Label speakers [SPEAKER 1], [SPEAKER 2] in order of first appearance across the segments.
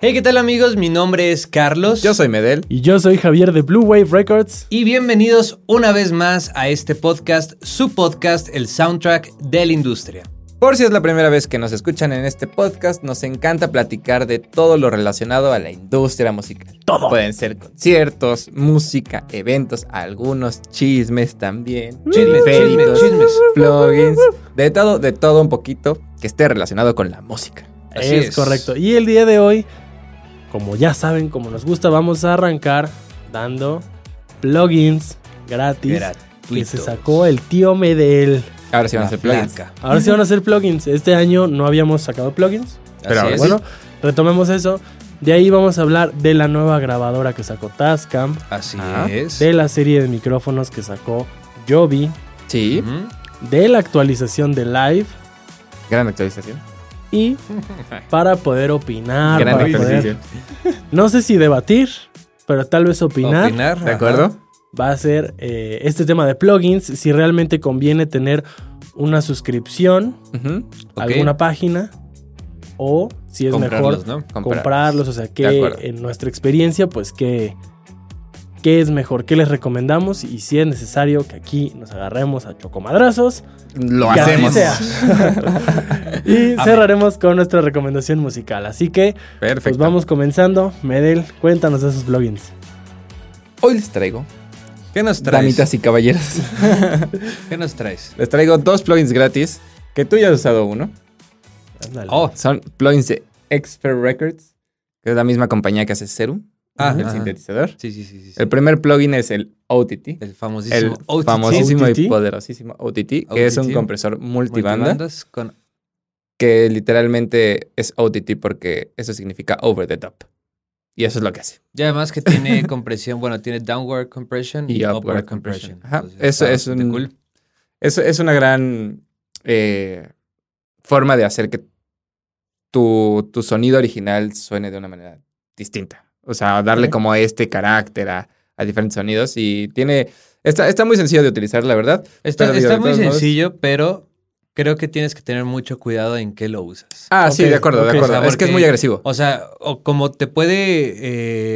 [SPEAKER 1] Hey, ¿qué tal amigos? Mi nombre es Carlos.
[SPEAKER 2] Yo soy Medel.
[SPEAKER 3] Y yo soy Javier de Blue Wave Records.
[SPEAKER 1] Y bienvenidos una vez más a este podcast, su podcast, el soundtrack de la industria.
[SPEAKER 2] Por si es la primera vez que nos escuchan en este podcast, nos encanta platicar de todo lo relacionado a la industria musical.
[SPEAKER 3] Todo.
[SPEAKER 2] Pueden ser conciertos, música, eventos, algunos chismes también.
[SPEAKER 3] Mm,
[SPEAKER 1] Chismes,
[SPEAKER 2] periféricos,
[SPEAKER 1] chismes, chismes.
[SPEAKER 2] Plugins. De todo, de todo un poquito que esté relacionado con la música.
[SPEAKER 1] Así
[SPEAKER 3] es,
[SPEAKER 1] es.
[SPEAKER 3] correcto. Y el día de hoy, como ya saben, como nos gusta, vamos a arrancar dando plugins gratis que se sacó el tío Medel.
[SPEAKER 2] Ahora sí van
[SPEAKER 1] la
[SPEAKER 2] a ser plugins.
[SPEAKER 1] flaca.
[SPEAKER 3] Ahora sí van a hacer plugins. Este año no habíamos sacado plugins.
[SPEAKER 2] Pero
[SPEAKER 1] Así
[SPEAKER 2] ahora
[SPEAKER 1] es.
[SPEAKER 3] Bueno, retomemos eso. De ahí vamos a hablar de la nueva grabadora que sacó Tascam,
[SPEAKER 1] Así
[SPEAKER 2] Ajá.
[SPEAKER 1] es.
[SPEAKER 3] de la serie de micrófonos que sacó Joby,
[SPEAKER 2] Sí,
[SPEAKER 1] Ujú.
[SPEAKER 3] de la actualización de Live
[SPEAKER 2] gran actualización.
[SPEAKER 3] y para poder opinar,
[SPEAKER 2] gran
[SPEAKER 3] Ah, para poder,
[SPEAKER 2] actualización.
[SPEAKER 3] no sé si debatir, pero tal vez opinar,
[SPEAKER 1] Opinar,
[SPEAKER 2] ¿De
[SPEAKER 1] ajá.
[SPEAKER 2] acuerdo?
[SPEAKER 3] va a ser eh, este tema de plugins, si realmente conviene tener una suscripción
[SPEAKER 2] Ujú.
[SPEAKER 3] a
[SPEAKER 1] Ok.
[SPEAKER 3] alguna página o si es mejor
[SPEAKER 1] Comprarlos, ¿no?
[SPEAKER 2] Comprar.
[SPEAKER 3] comprarlos, o sea,
[SPEAKER 2] De
[SPEAKER 3] que
[SPEAKER 2] acuerdo.
[SPEAKER 3] en nuestra experiencia, pues que qué es mejor, qué les recomendamos y si es necesario que aquí nos agarremos a chocomadrazos.
[SPEAKER 2] Lo
[SPEAKER 3] que así
[SPEAKER 2] hacemos.
[SPEAKER 3] sea. y cerraremos con nuestra recomendación musical. Así que,
[SPEAKER 2] Perfecto.
[SPEAKER 3] pues vamos comenzando. Medel, cuéntanos de esos plugins.
[SPEAKER 2] Hoy les traigo,
[SPEAKER 1] ¿Qué nos traes?
[SPEAKER 2] damitas y caballeros,
[SPEAKER 1] ¿Qué nos traes?
[SPEAKER 2] les traigo dos plugins gratis que tú ya has usado uno.
[SPEAKER 3] Ándale.
[SPEAKER 1] Oh,
[SPEAKER 2] Son plugins de Expert Records, que es la misma compañía que hace Serum,
[SPEAKER 1] ah,
[SPEAKER 2] el
[SPEAKER 1] ajá.
[SPEAKER 2] sintetizador.
[SPEAKER 1] Sí, sí, sí. sí, sí.
[SPEAKER 2] El primer plugin es el OTT,
[SPEAKER 1] El famosísimo
[SPEAKER 2] el
[SPEAKER 1] OTT.
[SPEAKER 2] famosísimo y
[SPEAKER 3] OTT.
[SPEAKER 2] poderosísimo OTT, que es un
[SPEAKER 1] OTT.
[SPEAKER 2] compresor multibanda,
[SPEAKER 1] Multibandas con
[SPEAKER 2] que literalmente es OTT porque eso significa over the top. Y eso es lo que hace.
[SPEAKER 1] Y además que tiene compresión, bueno, tiene downward compression y,
[SPEAKER 2] Y
[SPEAKER 1] upward,
[SPEAKER 2] upward
[SPEAKER 1] compression.
[SPEAKER 2] compression. Ajá.
[SPEAKER 1] Entonces,
[SPEAKER 2] Eso
[SPEAKER 1] está
[SPEAKER 2] es
[SPEAKER 1] bastante
[SPEAKER 2] un-
[SPEAKER 1] cool.
[SPEAKER 2] Es, es una gran eh, forma de hacer que tu, tu sonido original suene de una manera distinta. O sea, darle
[SPEAKER 3] Ok.
[SPEAKER 2] como este carácter a, a diferentes sonidos. Y tiene. Está, está muy sencillo de utilizar, la verdad.
[SPEAKER 1] Está,
[SPEAKER 2] Pero
[SPEAKER 1] está
[SPEAKER 2] digo, de
[SPEAKER 1] muy
[SPEAKER 2] todos modos-
[SPEAKER 1] sencillo, pero creo que tienes que tener mucho cuidado en qué lo usas.
[SPEAKER 2] Ah, sí,
[SPEAKER 3] Ok,
[SPEAKER 2] de acuerdo,
[SPEAKER 3] ok.
[SPEAKER 2] de acuerdo.
[SPEAKER 1] O sea,
[SPEAKER 2] es que es
[SPEAKER 1] porque-
[SPEAKER 2] muy agresivo.
[SPEAKER 1] O sea, o como te puede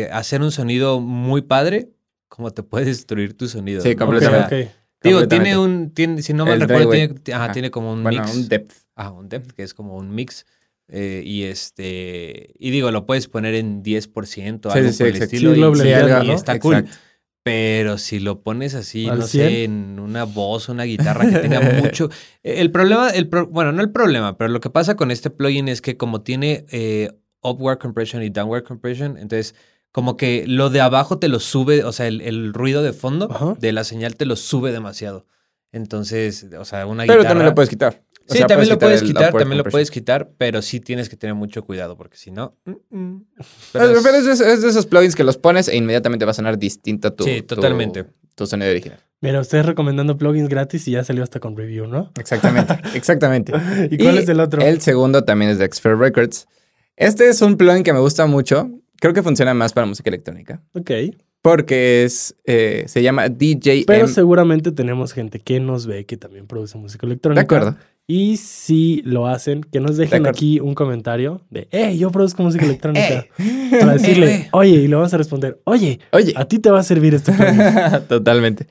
[SPEAKER 1] eh, hacer un sonido muy padre, como te puede destruir tu sonido.
[SPEAKER 2] Sí,
[SPEAKER 1] ¿no?
[SPEAKER 2] completamente.
[SPEAKER 1] O sea,
[SPEAKER 3] Ok, ok.
[SPEAKER 1] Digo, tiene
[SPEAKER 2] Completamente.
[SPEAKER 1] un, tiene, si no mal
[SPEAKER 2] El
[SPEAKER 1] recuerdo,
[SPEAKER 2] driveway.
[SPEAKER 1] tiene, ajá,
[SPEAKER 2] Ajá.
[SPEAKER 1] tiene como un
[SPEAKER 2] Bueno,
[SPEAKER 1] mix.
[SPEAKER 2] un depth.
[SPEAKER 1] Ah, un depth, que es como un mix. eh, y este. Y digo, lo puedes poner en 10%, algo por el
[SPEAKER 2] exacto.
[SPEAKER 1] estilo.
[SPEAKER 3] Sí, lo
[SPEAKER 1] y,
[SPEAKER 2] Sí,
[SPEAKER 3] blendean,
[SPEAKER 2] algo-
[SPEAKER 1] y
[SPEAKER 3] ¿no?
[SPEAKER 1] está cool.
[SPEAKER 2] exacto.
[SPEAKER 1] Pero si lo pones así,
[SPEAKER 3] ¿Al
[SPEAKER 1] no
[SPEAKER 3] 100?
[SPEAKER 1] sé, en una voz, una guitarra que tenga mucho. eh, El problema, el pro- bueno, no el problema, pero lo que pasa con este plugin es que como tiene eh, upward compression y downward compression, entonces como que lo de abajo te lo sube, o sea, el, el ruido de fondo
[SPEAKER 3] Ajá.
[SPEAKER 1] de la señal te lo sube demasiado. Entonces, o sea, una
[SPEAKER 2] Pero
[SPEAKER 1] guitarra.
[SPEAKER 2] también lo puedes quitar. O
[SPEAKER 1] Sí,
[SPEAKER 2] sea,
[SPEAKER 1] también lo puedes
[SPEAKER 2] el
[SPEAKER 1] quitar,
[SPEAKER 2] upward
[SPEAKER 1] también lo
[SPEAKER 2] compression.
[SPEAKER 1] puedes quitar, pero sí tienes que tener mucho cuidado porque si no. mm, mm.
[SPEAKER 2] Pero, pero es, de- es de esos plugins que los pones e inmediatamente va a sonar distinto tu,
[SPEAKER 1] Sí,
[SPEAKER 2] tu-
[SPEAKER 1] totalmente.
[SPEAKER 2] tu sonido original.
[SPEAKER 3] Mira, ustedes recomendando plugins gratis y ya salió hasta con review, ¿no?
[SPEAKER 2] Exactamente, exactamente.
[SPEAKER 3] ¿Y cuál es el otro?
[SPEAKER 2] El segundo también es de Expert Records. Este es un plugin que me gusta mucho. Creo que funciona más para música electrónica.
[SPEAKER 3] Ok.
[SPEAKER 2] Porque es, eh, se llama DJM.
[SPEAKER 3] Pero seguramente tenemos gente que nos ve que también produce música
[SPEAKER 2] de
[SPEAKER 3] electrónica.
[SPEAKER 2] acuerdo.
[SPEAKER 3] Y si lo hacen, que nos dejen
[SPEAKER 2] acuerdo.
[SPEAKER 3] aquí un comentario de, hey, yo produzco música electrónica.
[SPEAKER 2] Eh.
[SPEAKER 3] Para
[SPEAKER 1] Eh.
[SPEAKER 3] decirle, oye, y le vamos a responder, oye,
[SPEAKER 2] Oye.
[SPEAKER 3] a ti te va a servir este plugin.
[SPEAKER 2] Totalmente.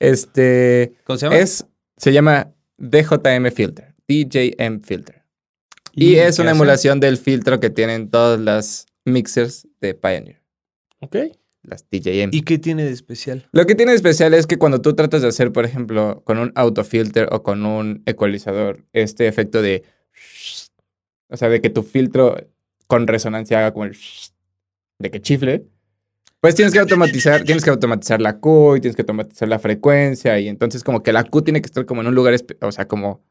[SPEAKER 2] Este
[SPEAKER 1] ¿Cómo se llama?
[SPEAKER 2] es, se llama DJM Filter. DJM Filter. Y, es
[SPEAKER 1] qué
[SPEAKER 2] una
[SPEAKER 1] hace?
[SPEAKER 2] emulación del filtro que tienen todas las mixers de Pioneer.
[SPEAKER 3] Ok.
[SPEAKER 2] Las DJM.
[SPEAKER 1] ¿Y qué tiene de especial?
[SPEAKER 2] Lo que tiene de especial es que cuando tú tratas de hacer, por ejemplo, con un autofilter o con un ecualizador, este efecto de. O sea, de que tu filtro con resonancia haga como el. De que chifle. Pues tienes que automatizar, tienes que automatizar la Q y tienes que automatizar la frecuencia. Y entonces, como que la Q tiene que estar como en un lugar, espe- o sea, como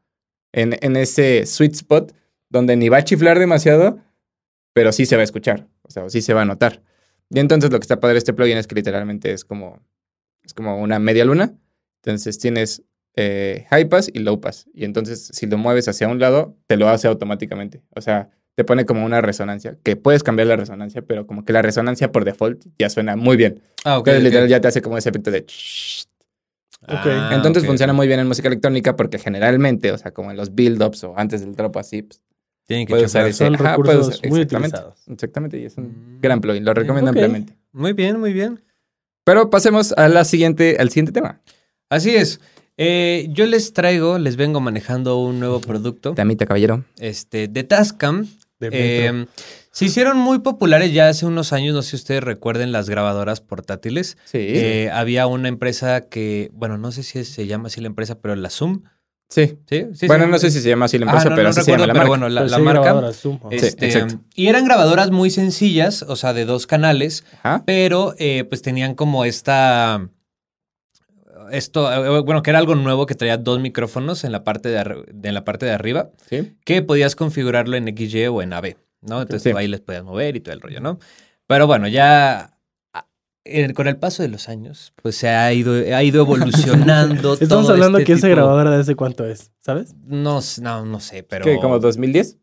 [SPEAKER 2] en, en ese sweet spot donde ni va a chiflar demasiado, pero sí se va a escuchar. O sea, sí se va a notar. Y entonces lo que está padre de este plugin es que literalmente es como, es como una media luna. Entonces tienes eh, high pass y low pass. Y entonces si lo mueves hacia un lado, te lo hace automáticamente. O sea, te pone como una resonancia, que puedes cambiar la resonancia, pero como que la resonancia por default ya suena muy bien.
[SPEAKER 1] Ah, ok.
[SPEAKER 2] Entonces
[SPEAKER 1] ok.
[SPEAKER 2] literal ya te hace como ese efecto de... shhh.
[SPEAKER 1] Ah,
[SPEAKER 3] Ok.
[SPEAKER 2] entonces
[SPEAKER 1] ok,
[SPEAKER 2] funciona
[SPEAKER 1] ok.
[SPEAKER 2] muy bien en música electrónica porque generalmente, o sea, como en los build-ups o antes del drop así, pues,
[SPEAKER 1] Tienen que
[SPEAKER 2] Puedes usar
[SPEAKER 1] checar.
[SPEAKER 2] ese.
[SPEAKER 3] Son
[SPEAKER 2] Ajá,
[SPEAKER 3] recursos
[SPEAKER 2] puedes-
[SPEAKER 3] muy
[SPEAKER 2] "Ah, pues, exactamente,
[SPEAKER 3] utilizados.
[SPEAKER 2] Exactamente, y es un
[SPEAKER 1] Mm.
[SPEAKER 2] gran plugin. Lo recomiendo
[SPEAKER 3] Ok.
[SPEAKER 2] ampliamente.
[SPEAKER 1] Muy bien, muy bien.
[SPEAKER 2] Pero pasemos a la siguiente, al siguiente tema.
[SPEAKER 1] Así es. Eh, yo les traigo, les vengo manejando un nuevo producto
[SPEAKER 2] Damita, caballero.
[SPEAKER 1] este, de Tascam.
[SPEAKER 3] de
[SPEAKER 2] Em,
[SPEAKER 1] Eh,
[SPEAKER 3] metro.
[SPEAKER 1] se hicieron muy populares ya hace unos años, no sé si ustedes recuerden las grabadoras portátiles.
[SPEAKER 2] Sí.
[SPEAKER 1] Eh, había una empresa que, bueno, no sé si se llama así la empresa, pero la Zoom.
[SPEAKER 2] sí.
[SPEAKER 1] ¿Sí? Sí,
[SPEAKER 2] bueno,
[SPEAKER 1] sí.
[SPEAKER 2] no sé si se llama así la
[SPEAKER 1] Ah,
[SPEAKER 2] empresa,
[SPEAKER 1] no,
[SPEAKER 2] pero
[SPEAKER 1] no
[SPEAKER 2] así
[SPEAKER 1] recuerdo,
[SPEAKER 2] se llama la
[SPEAKER 1] pero
[SPEAKER 2] marca.
[SPEAKER 1] bueno, la,
[SPEAKER 3] Pero
[SPEAKER 1] la
[SPEAKER 3] Pues sí,
[SPEAKER 1] marca.
[SPEAKER 3] grabadoras, Zoom, ajá.
[SPEAKER 2] Sí,
[SPEAKER 1] este,
[SPEAKER 2] exacto.
[SPEAKER 1] y eran grabadoras muy sencillas, o sea, de dos canales,
[SPEAKER 2] Ajá.
[SPEAKER 1] pero eh, pues tenían como esta. Esto, eh, bueno, que era algo nuevo que traía dos micrófonos en la parte de, arri- de la parte de arriba,
[SPEAKER 2] Sí.
[SPEAKER 1] que podías configurarlo en XY o en AB, ¿no? Entonces
[SPEAKER 2] Sí.
[SPEAKER 1] tú ahí les podías mover y todo el rollo, ¿no? Pero bueno, ya ah, eh, con el paso de los años, pues se ha ido, ha ido evolucionando.
[SPEAKER 3] Estamos
[SPEAKER 1] todo
[SPEAKER 3] hablando
[SPEAKER 1] este
[SPEAKER 3] que esa
[SPEAKER 1] tipo-
[SPEAKER 3] grabadora de hace cuánto es, ¿sabes?
[SPEAKER 1] No, s- no, no sé, pero.
[SPEAKER 2] ¿Qué, como 2010?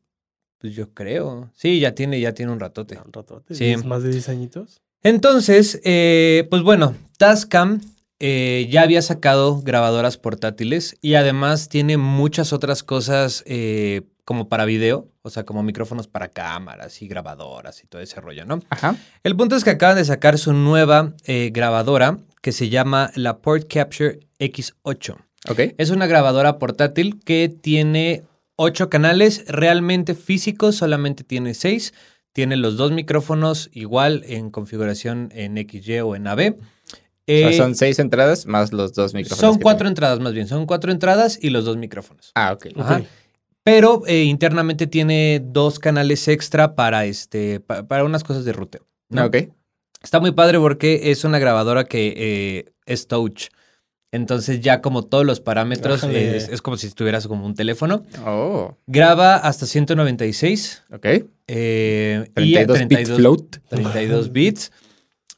[SPEAKER 1] Pues yo creo. Sí, ya tiene, ya tiene un ratote.
[SPEAKER 3] Un ratote,
[SPEAKER 1] Sí.
[SPEAKER 3] diez- más de 10 añitos.
[SPEAKER 1] Entonces, eh, pues bueno, Tascam eh, ya había sacado grabadoras portátiles y además tiene muchas otras cosas eh, como para video, o sea, como micrófonos para cámaras y grabadoras y todo ese rollo, ¿no?
[SPEAKER 2] Ajá.
[SPEAKER 1] El punto es que acaban de sacar su nueva eh, grabadora que se llama la Port Capture X8.
[SPEAKER 2] Ok.
[SPEAKER 1] Es una grabadora portátil que tiene ocho canales realmente físicos, solamente tiene seis. Tiene los dos micrófonos igual en configuración en XY o en AB.
[SPEAKER 2] O sea,
[SPEAKER 1] Eh,
[SPEAKER 2] son seis entradas más los dos micrófonos.
[SPEAKER 1] son
[SPEAKER 2] que
[SPEAKER 1] cuatro
[SPEAKER 2] tiene.
[SPEAKER 1] entradas más bien, son cuatro entradas y los dos micrófonos.
[SPEAKER 2] Ah, ok.
[SPEAKER 1] Ajá.
[SPEAKER 3] Ok.
[SPEAKER 1] Pero eh, internamente tiene dos canales extra para, este, pa- para unas cosas de ruteo. ¿no?
[SPEAKER 2] Ah, Ok.
[SPEAKER 1] Está muy padre porque es una grabadora que eh, es touch. Entonces ya como todos los parámetros
[SPEAKER 3] Ájale.
[SPEAKER 1] es, es como si estuvieras como un teléfono.
[SPEAKER 2] Oh,
[SPEAKER 1] Graba hasta 196
[SPEAKER 2] ok.
[SPEAKER 1] eh, y a
[SPEAKER 2] 32 bit
[SPEAKER 1] 32
[SPEAKER 2] float.
[SPEAKER 1] 32 bits.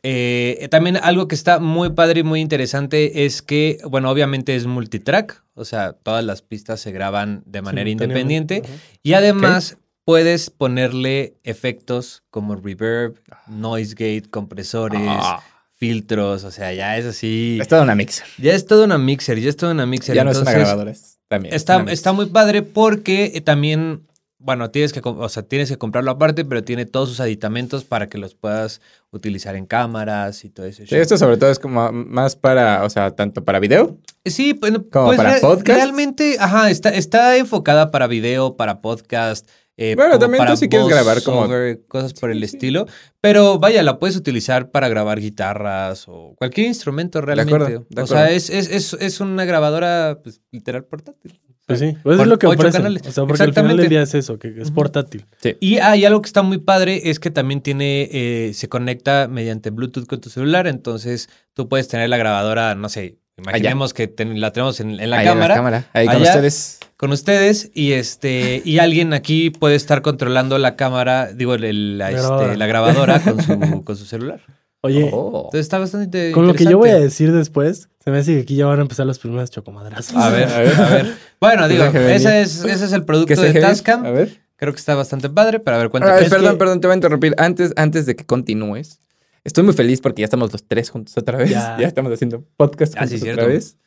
[SPEAKER 1] Eh, también algo que está muy padre y muy interesante es que, bueno, obviamente es multitrack, o sea, todas las pistas se graban de manera
[SPEAKER 3] Simultáneamente.
[SPEAKER 1] independiente
[SPEAKER 3] Ajá.
[SPEAKER 1] y además puedes ponerle efectos como reverb, noise gate, compresores,
[SPEAKER 2] Ah,
[SPEAKER 1] filtros, o sea, ya es así.
[SPEAKER 2] es toda una mixer.
[SPEAKER 1] Ya es toda una mixer, ya es toda una mixer.
[SPEAKER 2] ya no es una
[SPEAKER 1] entonces-
[SPEAKER 2] grabadora. es También. es
[SPEAKER 1] Está,
[SPEAKER 2] una
[SPEAKER 1] está muy padre porque eh, también, bueno, tienes que, com- o sea, tienes que comprarlo aparte, pero tiene todos sus aditamentos para que los puedas utilizar en cámaras y todo eso.
[SPEAKER 2] mixer. Esto sobre todo es como más para, o sea, tanto para video.
[SPEAKER 1] Sí, pues,
[SPEAKER 2] ¿Como
[SPEAKER 1] pues,
[SPEAKER 2] para
[SPEAKER 1] re-
[SPEAKER 2] podcasts?
[SPEAKER 1] realmente, ajá, está, está enfocada para video, para podcast. eh,
[SPEAKER 2] Bueno,
[SPEAKER 1] como
[SPEAKER 2] también tú
[SPEAKER 1] para
[SPEAKER 2] sí quieres grabar como-
[SPEAKER 1] voiceover, cosas por el estilo, pero vaya, la puedes utilizar para grabar guitarras o cualquier instrumento realmente.
[SPEAKER 2] acuerdo, de
[SPEAKER 1] o sea,
[SPEAKER 2] acuerdo.
[SPEAKER 1] es, es, es, es una grabadora pues, literal portátil.
[SPEAKER 3] Pues sí, pues es
[SPEAKER 1] Con
[SPEAKER 3] lo que
[SPEAKER 1] ocho
[SPEAKER 3] ofrecen.
[SPEAKER 1] canales.
[SPEAKER 3] O sea, porque al final del
[SPEAKER 1] Exactamente.
[SPEAKER 3] día es eso, que es portátil.
[SPEAKER 1] Y hay algo que está muy padre es que también tiene, eh, se conecta mediante Bluetooth con tu celular, entonces tú puedes tener la grabadora, no sé, imaginemos que ten- la tenemos en, en la
[SPEAKER 2] Ahí en
[SPEAKER 1] cámara
[SPEAKER 2] Ahí con
[SPEAKER 1] Allá.
[SPEAKER 2] ustedes.
[SPEAKER 1] con ustedes y este y alguien aquí puede estar controlando la cámara, digo, el- el- la,
[SPEAKER 3] La
[SPEAKER 1] este,
[SPEAKER 3] grabadora.
[SPEAKER 1] la grabadora con su, con su celular.
[SPEAKER 3] Oye,
[SPEAKER 2] Oh.
[SPEAKER 1] Entonces está bastante
[SPEAKER 3] con lo que yo voy a
[SPEAKER 1] interesante.
[SPEAKER 3] decir después, se me hace que aquí ya van a empezar los primeros chocomadrazos.
[SPEAKER 1] A ver,
[SPEAKER 2] A ver.
[SPEAKER 1] a ver. Bueno, digo,
[SPEAKER 2] Deje venir.
[SPEAKER 1] ese es, ese es el producto
[SPEAKER 2] Que se
[SPEAKER 1] de
[SPEAKER 2] genere-
[SPEAKER 1] Tascam.
[SPEAKER 2] A ver.
[SPEAKER 1] Creo que está bastante padre, pero a ver,
[SPEAKER 2] Ah,
[SPEAKER 1] cuéntame.
[SPEAKER 3] es
[SPEAKER 2] perdón,
[SPEAKER 3] que-
[SPEAKER 2] perdón, te voy a interrumpir. Antes, antes de que continúes, estoy muy feliz porque ya estamos los tres juntos otra vez.
[SPEAKER 3] Ya.
[SPEAKER 2] Ya, estamos haciendo podcast
[SPEAKER 1] Ah,
[SPEAKER 2] juntos
[SPEAKER 1] sí,
[SPEAKER 2] otra
[SPEAKER 1] cierto.
[SPEAKER 2] vez.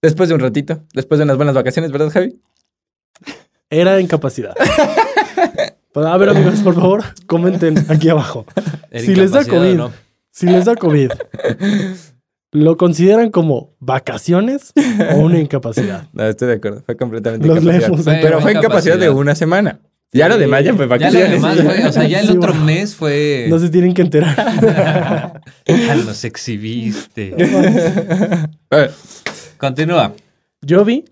[SPEAKER 2] Después de un ratito, después de unas buenas vacaciones, ¿verdad, Javi?
[SPEAKER 3] Era incapacidad. Pero, a ver, amigos, por favor, comenten aquí abajo.
[SPEAKER 1] El
[SPEAKER 3] si les da
[SPEAKER 1] incapacidad,
[SPEAKER 3] COVID.
[SPEAKER 1] ¿no?
[SPEAKER 3] Si les da COVID, ¿lo consideran como vacaciones o una incapacidad?
[SPEAKER 2] No, estoy de acuerdo. Fue completamente
[SPEAKER 3] Los
[SPEAKER 2] incapacidad.
[SPEAKER 3] leemos.
[SPEAKER 1] Bueno,
[SPEAKER 2] Pero fue incapacidad de
[SPEAKER 1] incapacidad.
[SPEAKER 2] una semana. Ya lo demás ya fue
[SPEAKER 1] Ya lo
[SPEAKER 2] vacaciones.
[SPEAKER 1] demás, güey, o sea, ya el
[SPEAKER 3] Sí,
[SPEAKER 1] otro
[SPEAKER 3] bueno.
[SPEAKER 1] mes fue...
[SPEAKER 3] No se tienen que enterar.
[SPEAKER 1] Ah, Nos exhibiste.
[SPEAKER 2] Eh,
[SPEAKER 1] Continúa.
[SPEAKER 3] Yo vi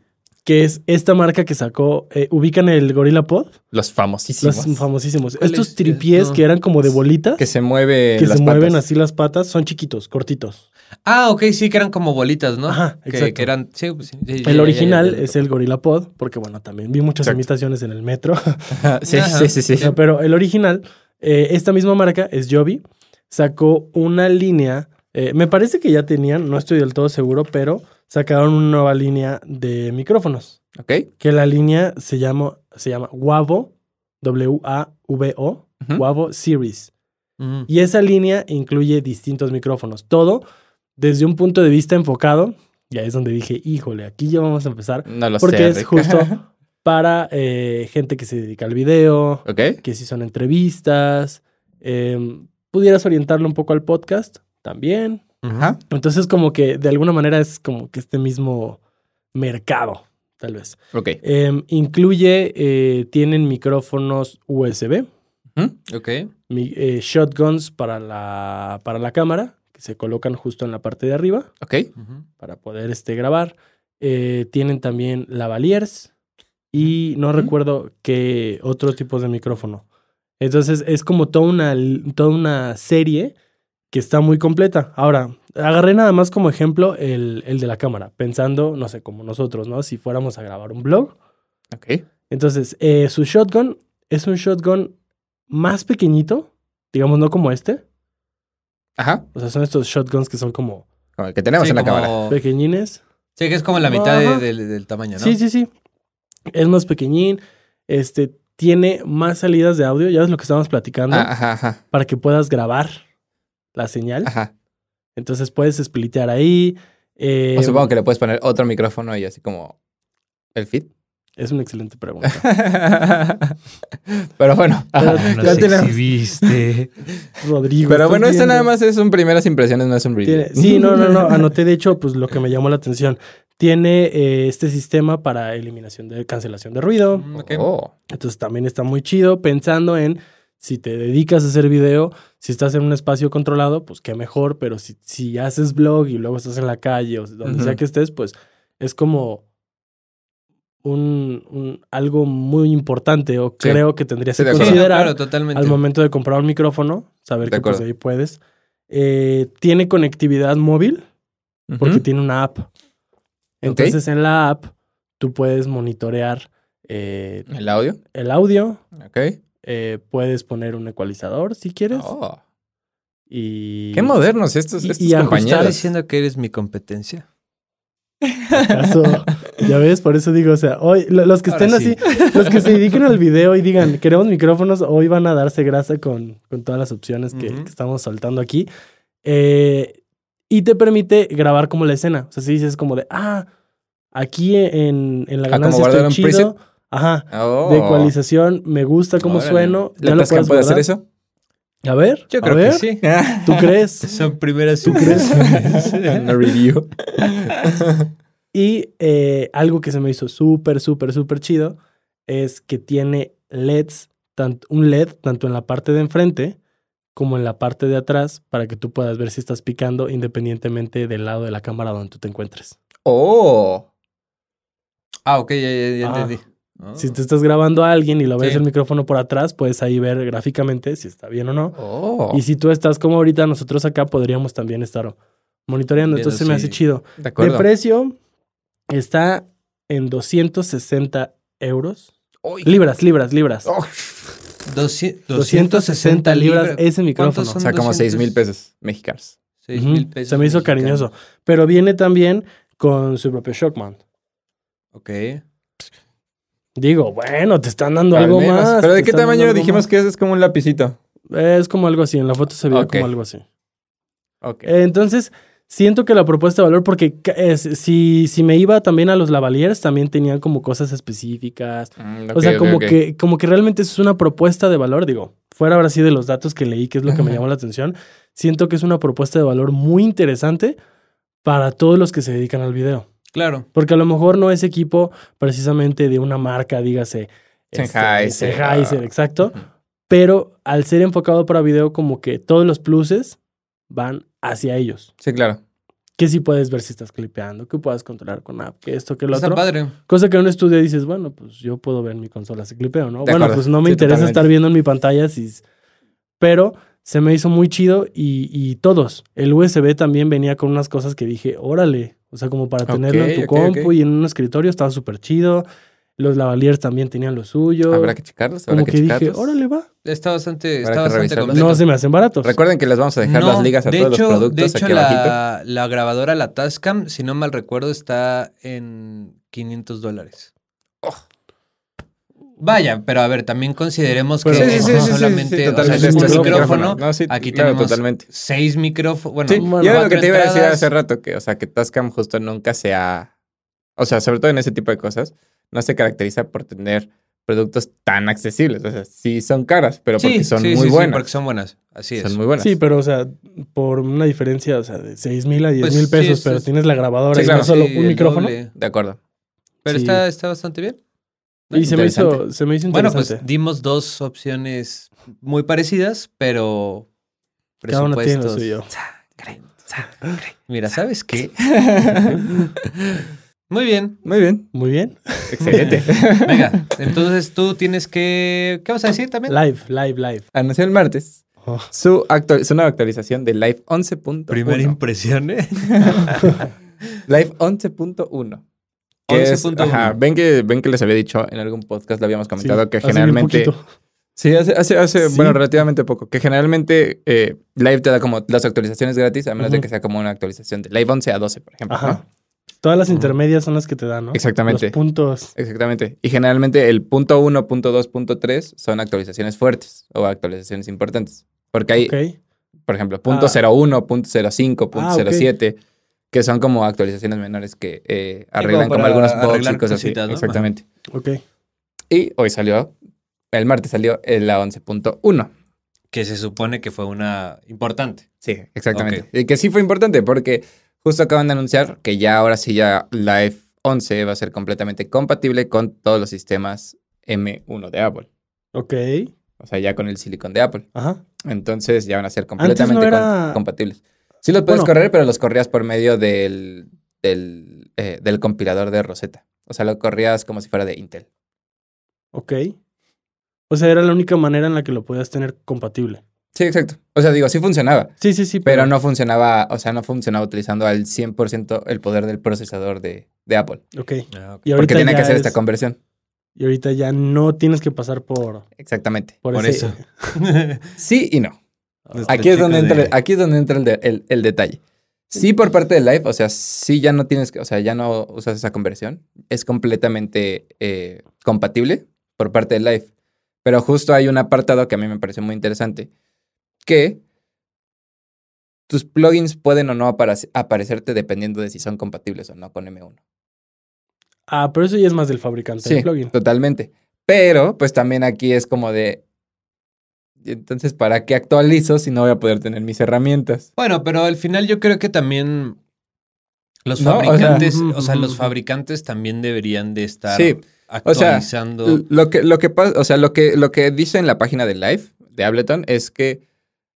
[SPEAKER 3] que es esta marca que sacó, eh, ubican el Gorilla Pod,
[SPEAKER 2] Los famosísimos.
[SPEAKER 3] los famosísimos.
[SPEAKER 1] ¿Cuál
[SPEAKER 3] Estos
[SPEAKER 1] es?
[SPEAKER 3] tripiés
[SPEAKER 1] No.
[SPEAKER 3] que eran como de bolitas,
[SPEAKER 2] que
[SPEAKER 3] que
[SPEAKER 2] se mueve
[SPEAKER 3] se
[SPEAKER 2] las
[SPEAKER 3] mueven
[SPEAKER 2] patas.
[SPEAKER 3] así las patas, son chiquitos, cortitos.
[SPEAKER 1] Ah, ok, sí, que eran como bolitas, ¿no?
[SPEAKER 3] Ajá,
[SPEAKER 1] que,
[SPEAKER 3] exacto.
[SPEAKER 1] que eran... sí, pues, sí, sí, ya,
[SPEAKER 3] El
[SPEAKER 1] ya,
[SPEAKER 3] original
[SPEAKER 1] ya, ya, ya.
[SPEAKER 3] es el Gorilla Pod, porque bueno, también vi muchas
[SPEAKER 2] Exacto.
[SPEAKER 3] imitaciones en el metro.
[SPEAKER 2] Ajá, sí,
[SPEAKER 1] Ajá.
[SPEAKER 2] sí, sí, sí.
[SPEAKER 3] O sea, pero el original, eh, esta misma marca, es Joby, sacó una línea, eh, me parece que ya tenían, no estoy del todo seguro, pero sacaron una nueva línea de micrófonos,
[SPEAKER 2] Ok.
[SPEAKER 3] que la línea se llama, se llama Wavo, W-A-V-O,
[SPEAKER 2] Ujú.
[SPEAKER 3] Wavo Series.
[SPEAKER 1] Ujú.
[SPEAKER 3] Y esa línea incluye distintos micrófonos, todo desde un punto de vista enfocado, y ahí es donde dije, híjole, aquí ya vamos a empezar,
[SPEAKER 2] No lo sé.
[SPEAKER 3] porque es
[SPEAKER 2] Rick.
[SPEAKER 3] justo para eh, gente que se dedica al video,
[SPEAKER 2] ¿Ok?
[SPEAKER 3] que si son entrevistas. eh, pudieras orientarlo un poco al podcast también.
[SPEAKER 2] Ajá.
[SPEAKER 3] Entonces, como que de alguna manera es como que este mismo mercado, tal vez.
[SPEAKER 2] Ok.
[SPEAKER 3] Eh, incluye, eh, tienen micrófonos USB,
[SPEAKER 2] Ujú.
[SPEAKER 1] Ok.
[SPEAKER 3] mi- eh, shotguns para la, para la cámara, que se colocan justo en la parte de arriba
[SPEAKER 2] Ok.
[SPEAKER 1] Ujú.
[SPEAKER 3] para poder este, grabar. Eh, tienen también lavaliers y no recuerdo qué otro tipo de micrófono. Entonces es como toda una, l- toda una serie que está muy completa. Ahora, agarré nada más como ejemplo el, el de la cámara, pensando, no sé, como nosotros, ¿no? Si fuéramos a grabar un blog.
[SPEAKER 2] Ok.
[SPEAKER 3] Entonces, eh, su shotgun es un shotgun más pequeñito, digamos, no como este.
[SPEAKER 2] Ajá.
[SPEAKER 3] O sea, son estos shotguns que son como
[SPEAKER 2] Como el que tenemos
[SPEAKER 1] Sí,
[SPEAKER 2] en la
[SPEAKER 1] como-
[SPEAKER 2] cámara.
[SPEAKER 3] pequeñines.
[SPEAKER 1] Sí, que es como la mitad de-
[SPEAKER 3] Ajá.
[SPEAKER 1] del, del tamaño, ¿no?
[SPEAKER 3] Sí, sí, sí. Es más pequeñín. Este tiene más salidas de audio. Ya ves lo que estábamos platicando.
[SPEAKER 2] Ah, ajá, ajá.
[SPEAKER 3] Para que puedas grabar la señal.
[SPEAKER 2] Ajá.
[SPEAKER 3] Entonces puedes splitear ahí. eh,
[SPEAKER 2] O Pues supongo que le puedes poner otro micrófono y así como el fit.
[SPEAKER 3] Es una excelente pregunta.
[SPEAKER 2] Pero bueno.
[SPEAKER 3] Pero-
[SPEAKER 2] ajá.
[SPEAKER 1] Nos
[SPEAKER 2] Ya tenemos-
[SPEAKER 1] exhibiste.
[SPEAKER 3] Rodrigo.
[SPEAKER 2] Pero
[SPEAKER 3] ¿estás
[SPEAKER 2] bueno, esto
[SPEAKER 3] viendo?
[SPEAKER 2] nada más es un primeras impresiones, no es un review.
[SPEAKER 3] Tiene- sí, no, no, no. Anoté, de hecho, pues lo que me llamó la atención. Tiene eh, este sistema para eliminación de cancelación de ruido.
[SPEAKER 1] Mm, ok.
[SPEAKER 2] Oh,
[SPEAKER 3] Entonces también está muy chido pensando en si te dedicas a hacer video, si estás en un espacio controlado, pues qué mejor, pero si, si haces blog y luego estás en la calle o donde
[SPEAKER 2] Ujú.
[SPEAKER 3] sea que estés, pues es como un, un- algo muy importante o
[SPEAKER 2] Sí.
[SPEAKER 3] creo que tendrías
[SPEAKER 2] Sí, de
[SPEAKER 3] que
[SPEAKER 1] Sí, no,
[SPEAKER 2] acuerdo.
[SPEAKER 3] considerar
[SPEAKER 1] claro, totalmente.
[SPEAKER 3] al momento de comprar un micrófono, saber
[SPEAKER 2] De
[SPEAKER 3] que pues,
[SPEAKER 2] acuerdo.
[SPEAKER 3] ahí puedes. Eh, tiene conectividad móvil porque
[SPEAKER 2] ujú.
[SPEAKER 3] tiene una app. Entonces en la app tú puedes monitorear eh,
[SPEAKER 2] el audio.
[SPEAKER 3] el audio,
[SPEAKER 2] Ok.
[SPEAKER 3] eh, puedes poner un ecualizador si quieres.
[SPEAKER 2] Oh,
[SPEAKER 3] Y.
[SPEAKER 2] qué modernos estos,
[SPEAKER 3] y-
[SPEAKER 2] estos
[SPEAKER 3] y ajustar-
[SPEAKER 1] ¿Estás
[SPEAKER 2] compañeros.
[SPEAKER 1] diciendo que eres mi competencia?
[SPEAKER 3] ¿Acaso? ya ves, por eso digo, o sea, hoy, lo- los que
[SPEAKER 1] Ahora
[SPEAKER 3] estén
[SPEAKER 1] sí.
[SPEAKER 3] así, los que se dediquen al video y digan, queremos micrófonos, hoy van a darse grasa con, con todas las opciones que,
[SPEAKER 1] Ujú.
[SPEAKER 3] que estamos soltando aquí. Eh, y te permite grabar como la escena. O sea, si dices como de, ah, aquí en, en la
[SPEAKER 2] Ah, como
[SPEAKER 3] ganancia
[SPEAKER 2] guardar
[SPEAKER 3] estoy
[SPEAKER 2] un
[SPEAKER 3] chido. Ajá.
[SPEAKER 2] Oh.
[SPEAKER 3] De ecualización, me gusta cómo
[SPEAKER 2] Órale.
[SPEAKER 3] sueno.
[SPEAKER 2] ¿La
[SPEAKER 3] ya lo
[SPEAKER 2] Tascam
[SPEAKER 3] puedes
[SPEAKER 2] puede hacer
[SPEAKER 3] guardar.
[SPEAKER 2] eso?
[SPEAKER 3] A ver,
[SPEAKER 1] Yo
[SPEAKER 3] a
[SPEAKER 1] creo
[SPEAKER 3] ver,
[SPEAKER 1] que sí.
[SPEAKER 3] ¿Tú crees?
[SPEAKER 1] Son primeras impresiones.
[SPEAKER 2] Una review.
[SPEAKER 3] Y eh, algo que se me hizo súper, súper, súper chido es que tiene LEDs, tant- un LED tanto en la parte de enfrente como en la parte de atrás para que tú puedas ver si estás picando independientemente del lado de la cámara donde tú te encuentres.
[SPEAKER 2] Oh.
[SPEAKER 1] ah, ok, ya, ya, ya
[SPEAKER 3] Ah.
[SPEAKER 1] entendí. Ah.
[SPEAKER 3] Si te estás grabando a alguien y lo ves
[SPEAKER 1] Sí.
[SPEAKER 3] el micrófono por atrás, puedes ahí ver gráficamente si está bien o no.
[SPEAKER 2] Oh.
[SPEAKER 3] Y si tú estás como ahorita, nosotros acá podríamos también estar monitoreando.
[SPEAKER 1] Viendo
[SPEAKER 3] Entonces se me
[SPEAKER 1] si-
[SPEAKER 3] hace chido.
[SPEAKER 2] De
[SPEAKER 3] De
[SPEAKER 2] acuerdo.
[SPEAKER 3] precio está en 260 euros.
[SPEAKER 2] Uy.
[SPEAKER 3] Libras, libras, libras.
[SPEAKER 2] Oh.
[SPEAKER 1] Doci-
[SPEAKER 3] 260 libras ese micrófono.
[SPEAKER 1] ¿Cuántos
[SPEAKER 2] O
[SPEAKER 1] son?
[SPEAKER 2] sea, como
[SPEAKER 1] 200.
[SPEAKER 2] 6 mil pesos mexicanos.
[SPEAKER 1] Seis
[SPEAKER 3] Ujú.
[SPEAKER 1] mil pesos
[SPEAKER 3] Se me hizo
[SPEAKER 1] mexicanos.
[SPEAKER 3] cariñoso. Pero viene también con su propio Shockman.
[SPEAKER 1] Ok.
[SPEAKER 3] Digo, bueno, te están dando
[SPEAKER 2] Al
[SPEAKER 3] algo
[SPEAKER 2] menos.
[SPEAKER 3] más.
[SPEAKER 2] Pero
[SPEAKER 3] te
[SPEAKER 2] ¿de qué
[SPEAKER 3] están dando
[SPEAKER 2] tamaño
[SPEAKER 3] algo
[SPEAKER 2] dijimos que eso es como un lapicito?
[SPEAKER 3] más. Es como algo así, en la foto se veía
[SPEAKER 2] Ok.
[SPEAKER 3] como algo así.
[SPEAKER 2] Ok.
[SPEAKER 3] Eh, Entonces, siento que la propuesta de valor, porque ca- es- si, si me iba también a los lavaliers, también tenían como cosas específicas.
[SPEAKER 2] Mm,
[SPEAKER 3] o
[SPEAKER 2] ok,
[SPEAKER 3] sea,
[SPEAKER 2] ok,
[SPEAKER 3] como,
[SPEAKER 2] ok.
[SPEAKER 3] Que, como que realmente es una propuesta de valor, digo, fuera ahora sí de los datos que leí, que es lo que me llamó la atención, siento que es una propuesta de valor muy interesante para todos los que se dedican al video.
[SPEAKER 1] Claro.
[SPEAKER 3] Porque a lo mejor no es equipo precisamente de una marca, dígase. este,
[SPEAKER 2] Sennheiser. ah.
[SPEAKER 3] Sennheiser, exacto.
[SPEAKER 2] Ujú.
[SPEAKER 3] Pero al ser enfocado para video, como que todos los pluses van hacia ellos.
[SPEAKER 2] Sí, claro.
[SPEAKER 3] Que sí puedes ver si estás clipeando, que puedas controlar con app, que esto, que lo
[SPEAKER 1] Está
[SPEAKER 3] otro.
[SPEAKER 1] padre.
[SPEAKER 3] Cosa que en un estudio dices, bueno, pues yo puedo ver en mi consola si clipeo, ¿no?
[SPEAKER 2] De
[SPEAKER 3] bueno,
[SPEAKER 2] acuerdo.
[SPEAKER 3] pues no me
[SPEAKER 2] Sí,
[SPEAKER 3] interesa
[SPEAKER 2] totalmente.
[SPEAKER 3] estar viendo en mi pantalla si... Pero se me hizo muy chido y, y todos. El USB también venía con unas cosas que dije, órale. O sea, como para
[SPEAKER 2] Ok,
[SPEAKER 3] tenerlo en tu
[SPEAKER 2] ok,
[SPEAKER 3] compu
[SPEAKER 2] ok.
[SPEAKER 3] y en un escritorio estaba súper chido. Los lavaliers también tenían lo suyo.
[SPEAKER 2] Habrá que checarlos, habrá
[SPEAKER 3] como
[SPEAKER 2] que,
[SPEAKER 3] que, dije,
[SPEAKER 2] checarlos.
[SPEAKER 3] órale, pues". va.
[SPEAKER 1] Está bastante,
[SPEAKER 2] Habrá que
[SPEAKER 1] está bastante
[SPEAKER 2] revisarlo.
[SPEAKER 1] completo.
[SPEAKER 3] No se me hacen baratos.
[SPEAKER 2] Recuerden que les vamos a dejar
[SPEAKER 1] No,
[SPEAKER 2] las ligas a
[SPEAKER 1] de
[SPEAKER 2] todos
[SPEAKER 1] hecho-
[SPEAKER 2] los productos
[SPEAKER 1] De hecho,
[SPEAKER 2] aquí abajito.
[SPEAKER 1] la, la grabadora, la Tascam, si no mal recuerdo, está en 500 dólares.
[SPEAKER 2] Oh.
[SPEAKER 1] Vaya, pero a ver, también consideremos
[SPEAKER 3] Pero-
[SPEAKER 1] que
[SPEAKER 3] Sí, sí, sí,
[SPEAKER 1] es
[SPEAKER 3] sí, sí,
[SPEAKER 1] pues, solamente o sea,
[SPEAKER 2] totalmente.
[SPEAKER 1] es
[SPEAKER 3] esto
[SPEAKER 1] un
[SPEAKER 3] es un
[SPEAKER 1] micrófono.
[SPEAKER 2] No, sí,
[SPEAKER 1] Aquí
[SPEAKER 2] claro,
[SPEAKER 1] tenemos
[SPEAKER 2] totalmente.
[SPEAKER 1] seis micrófonos. Bueno,
[SPEAKER 2] Sí,
[SPEAKER 3] bueno,
[SPEAKER 2] y era lo
[SPEAKER 1] cuatro
[SPEAKER 2] que te iba a decir
[SPEAKER 1] entradas.
[SPEAKER 2] hace rato, que, o sea, que Tascam justo nunca se ha... O sea, sobre todo en ese tipo de cosas, no se caracteriza por tener productos tan accesibles. O sea, sí son caras, pero
[SPEAKER 1] sí,
[SPEAKER 2] porque son
[SPEAKER 1] sí,
[SPEAKER 2] muy
[SPEAKER 1] sí,
[SPEAKER 2] buenas.
[SPEAKER 1] Sí, porque son buenas. Así es.
[SPEAKER 2] Son muy buenas.
[SPEAKER 3] Sí, pero, o sea, por una diferencia, o sea, de 6 mil a 10
[SPEAKER 1] Pues
[SPEAKER 3] mil
[SPEAKER 1] sí,
[SPEAKER 3] pesos,
[SPEAKER 1] es-
[SPEAKER 3] pero
[SPEAKER 1] es-
[SPEAKER 3] tienes la grabadora
[SPEAKER 2] Sí,
[SPEAKER 3] y
[SPEAKER 2] claro.
[SPEAKER 3] no solo
[SPEAKER 1] Sí,
[SPEAKER 3] un
[SPEAKER 1] el
[SPEAKER 3] micrófono.
[SPEAKER 1] doble.
[SPEAKER 2] De acuerdo.
[SPEAKER 1] Pero
[SPEAKER 3] Sí.
[SPEAKER 1] está, está bastante bien.
[SPEAKER 3] Y se me, hizo,
[SPEAKER 2] Interesante.
[SPEAKER 3] se me hizo
[SPEAKER 1] Bueno,
[SPEAKER 3] interesante.
[SPEAKER 1] pues dimos dos opciones muy parecidas, pero
[SPEAKER 3] Cada uno tiene lo
[SPEAKER 1] presupuestos.
[SPEAKER 3] suyo.
[SPEAKER 1] Sangre, sangre. Mira, ¿sabes qué? Muy bien.
[SPEAKER 2] Muy bien.
[SPEAKER 3] Muy bien.
[SPEAKER 2] Excelente.
[SPEAKER 1] Venga, entonces tú tienes que. ¿Qué vas a decir también?
[SPEAKER 3] Live, live, live.
[SPEAKER 2] Anunció el martes
[SPEAKER 3] Oh.
[SPEAKER 2] su, actua- su nueva actualización de Live 11.1.
[SPEAKER 1] Primera impresión, ¿eh?
[SPEAKER 2] Live 11.1. que es-
[SPEAKER 1] 11.1.
[SPEAKER 2] ajá, ven que ven que les había dicho en algún podcast lo habíamos comentado
[SPEAKER 3] Sí,
[SPEAKER 2] que
[SPEAKER 3] hace bien
[SPEAKER 2] generalmente
[SPEAKER 3] poquito.
[SPEAKER 2] sí hace hace, hace
[SPEAKER 3] Sí.
[SPEAKER 2] bueno relativamente poco que generalmente eh, Live te da como las actualizaciones gratis a menos de
[SPEAKER 3] Ujú.
[SPEAKER 2] que sea como una actualización de Live 11 a 12 por ejemplo ¿no?
[SPEAKER 3] Ajá. Todas las intermedias son las que te dan, ¿no?
[SPEAKER 2] Exactamente.
[SPEAKER 3] Los puntos.
[SPEAKER 2] Exactamente. Y generalmente el punto 1, punto 2, punto 3 son actualizaciones fuertes o actualizaciones importantes. Porque hay,
[SPEAKER 3] Ok.
[SPEAKER 2] por ejemplo, punto
[SPEAKER 3] Ah.
[SPEAKER 2] 01, punto 05, punto
[SPEAKER 3] Ah, ok.
[SPEAKER 2] 07, que son como actualizaciones menores que eh, arreglan
[SPEAKER 1] como
[SPEAKER 2] como
[SPEAKER 1] para
[SPEAKER 2] algunos bugs y
[SPEAKER 1] arreglar
[SPEAKER 2] cosas
[SPEAKER 1] cositas,
[SPEAKER 2] así.
[SPEAKER 1] ¿no?
[SPEAKER 2] Exactamente.
[SPEAKER 3] Ok.
[SPEAKER 2] Y hoy salió, el martes salió eh, la 11.1.
[SPEAKER 1] Que se supone que fue una importante.
[SPEAKER 2] Sí, exactamente. Y que sí fue importante porque justo acaban de anunciar que ya ahora sí ya Live 11 va a ser completamente compatible con todos los sistemas M1 de Apple.
[SPEAKER 3] Ok.
[SPEAKER 2] O sea, ya con el silicon de Apple.
[SPEAKER 3] Ajá.
[SPEAKER 2] Entonces ya van a ser
[SPEAKER 3] Antes no
[SPEAKER 2] completamente com-
[SPEAKER 3] era-
[SPEAKER 2] compatibles. Sí los puedes
[SPEAKER 3] Bueno.
[SPEAKER 2] correr, pero los corrías por medio del, del, eh, del compilador de Rosetta. O sea, lo corrías como si fuera de Intel.
[SPEAKER 3] Ok. O sea, era la única manera en la que lo podías tener compatible.
[SPEAKER 2] Sí, exacto. O sea, digo, sí funcionaba,
[SPEAKER 3] Sí, sí, sí.
[SPEAKER 2] pero no funcionaba, o sea, no funcionaba utilizando al 100% el poder del procesador de, de Apple.
[SPEAKER 3] Ok.
[SPEAKER 1] Ah, ok.
[SPEAKER 3] Y ahorita
[SPEAKER 2] Porque tiene
[SPEAKER 3] ya
[SPEAKER 2] que hacer
[SPEAKER 3] es-
[SPEAKER 2] esta conversión.
[SPEAKER 3] Y ahorita ya no tienes que pasar por,
[SPEAKER 2] Exactamente.
[SPEAKER 3] por,
[SPEAKER 1] Por
[SPEAKER 3] ese-
[SPEAKER 1] eso.
[SPEAKER 2] Sí y no.
[SPEAKER 1] Este
[SPEAKER 2] Aquí es,
[SPEAKER 1] chico
[SPEAKER 2] donde entra,
[SPEAKER 1] de-
[SPEAKER 2] aquí es donde entra el, de- el- el detalle. Sí, por parte de Live, o sea, sí ya no tienes que, o sea, ya no usas esa conversión. Es completamente eh, compatible por parte de Live. Pero justo hay un apartado que a mí me pareció muy interesante, que tus plugins pueden o no apare- aparecerte dependiendo de si son compatibles o no con M1.
[SPEAKER 3] Ah, pero eso ya es más del fabricante
[SPEAKER 2] Sí,
[SPEAKER 3] del Pues plugin.
[SPEAKER 2] totalmente. Pero, pues también aquí es como de, "Y entonces, ¿para qué actualizo si no voy a poder tener mis herramientas?
[SPEAKER 1] Bueno, pero al final yo creo que también los
[SPEAKER 2] No, o sea,
[SPEAKER 1] fabricantes, o sea,
[SPEAKER 3] ujú, ujú,
[SPEAKER 1] los
[SPEAKER 3] ujú.
[SPEAKER 1] fabricantes también deberían de estar
[SPEAKER 2] Sí, sea,
[SPEAKER 1] actualizando.
[SPEAKER 2] Lo que, lo que pasa, o sea, lo que, lo que dice en la página de Live de Ableton es que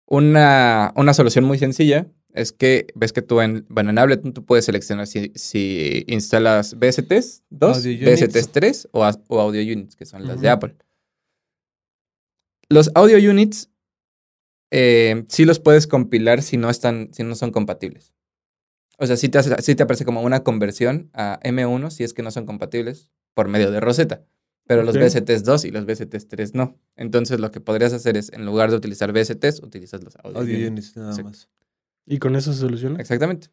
[SPEAKER 2] una, una solución muy sencilla es que ves que tú en, bueno, en Ableton tú puedes seleccionar si, si instalas VSTs 2,
[SPEAKER 1] Audio Units.
[SPEAKER 2] VSTs 3 o, as- o Audio Units, que son las de
[SPEAKER 3] Ujú.
[SPEAKER 2] Apple. Los Audio Units eh, sí los puedes compilar si no están, si no son compatibles. O sea, sí te, hace- sí te aparece como una conversión a M1 si es que no son compatibles por medio de Rosetta. Pero
[SPEAKER 3] Ok.
[SPEAKER 2] los VSTs 2 y los VSTs 3 no. Entonces lo que podrías hacer es, en lugar de utilizar VSTs, utilizas los audio.
[SPEAKER 1] Audio
[SPEAKER 2] units.
[SPEAKER 1] units, nada
[SPEAKER 2] Sí.
[SPEAKER 1] más.
[SPEAKER 3] ¿Y con eso se soluciona?
[SPEAKER 2] Exactamente.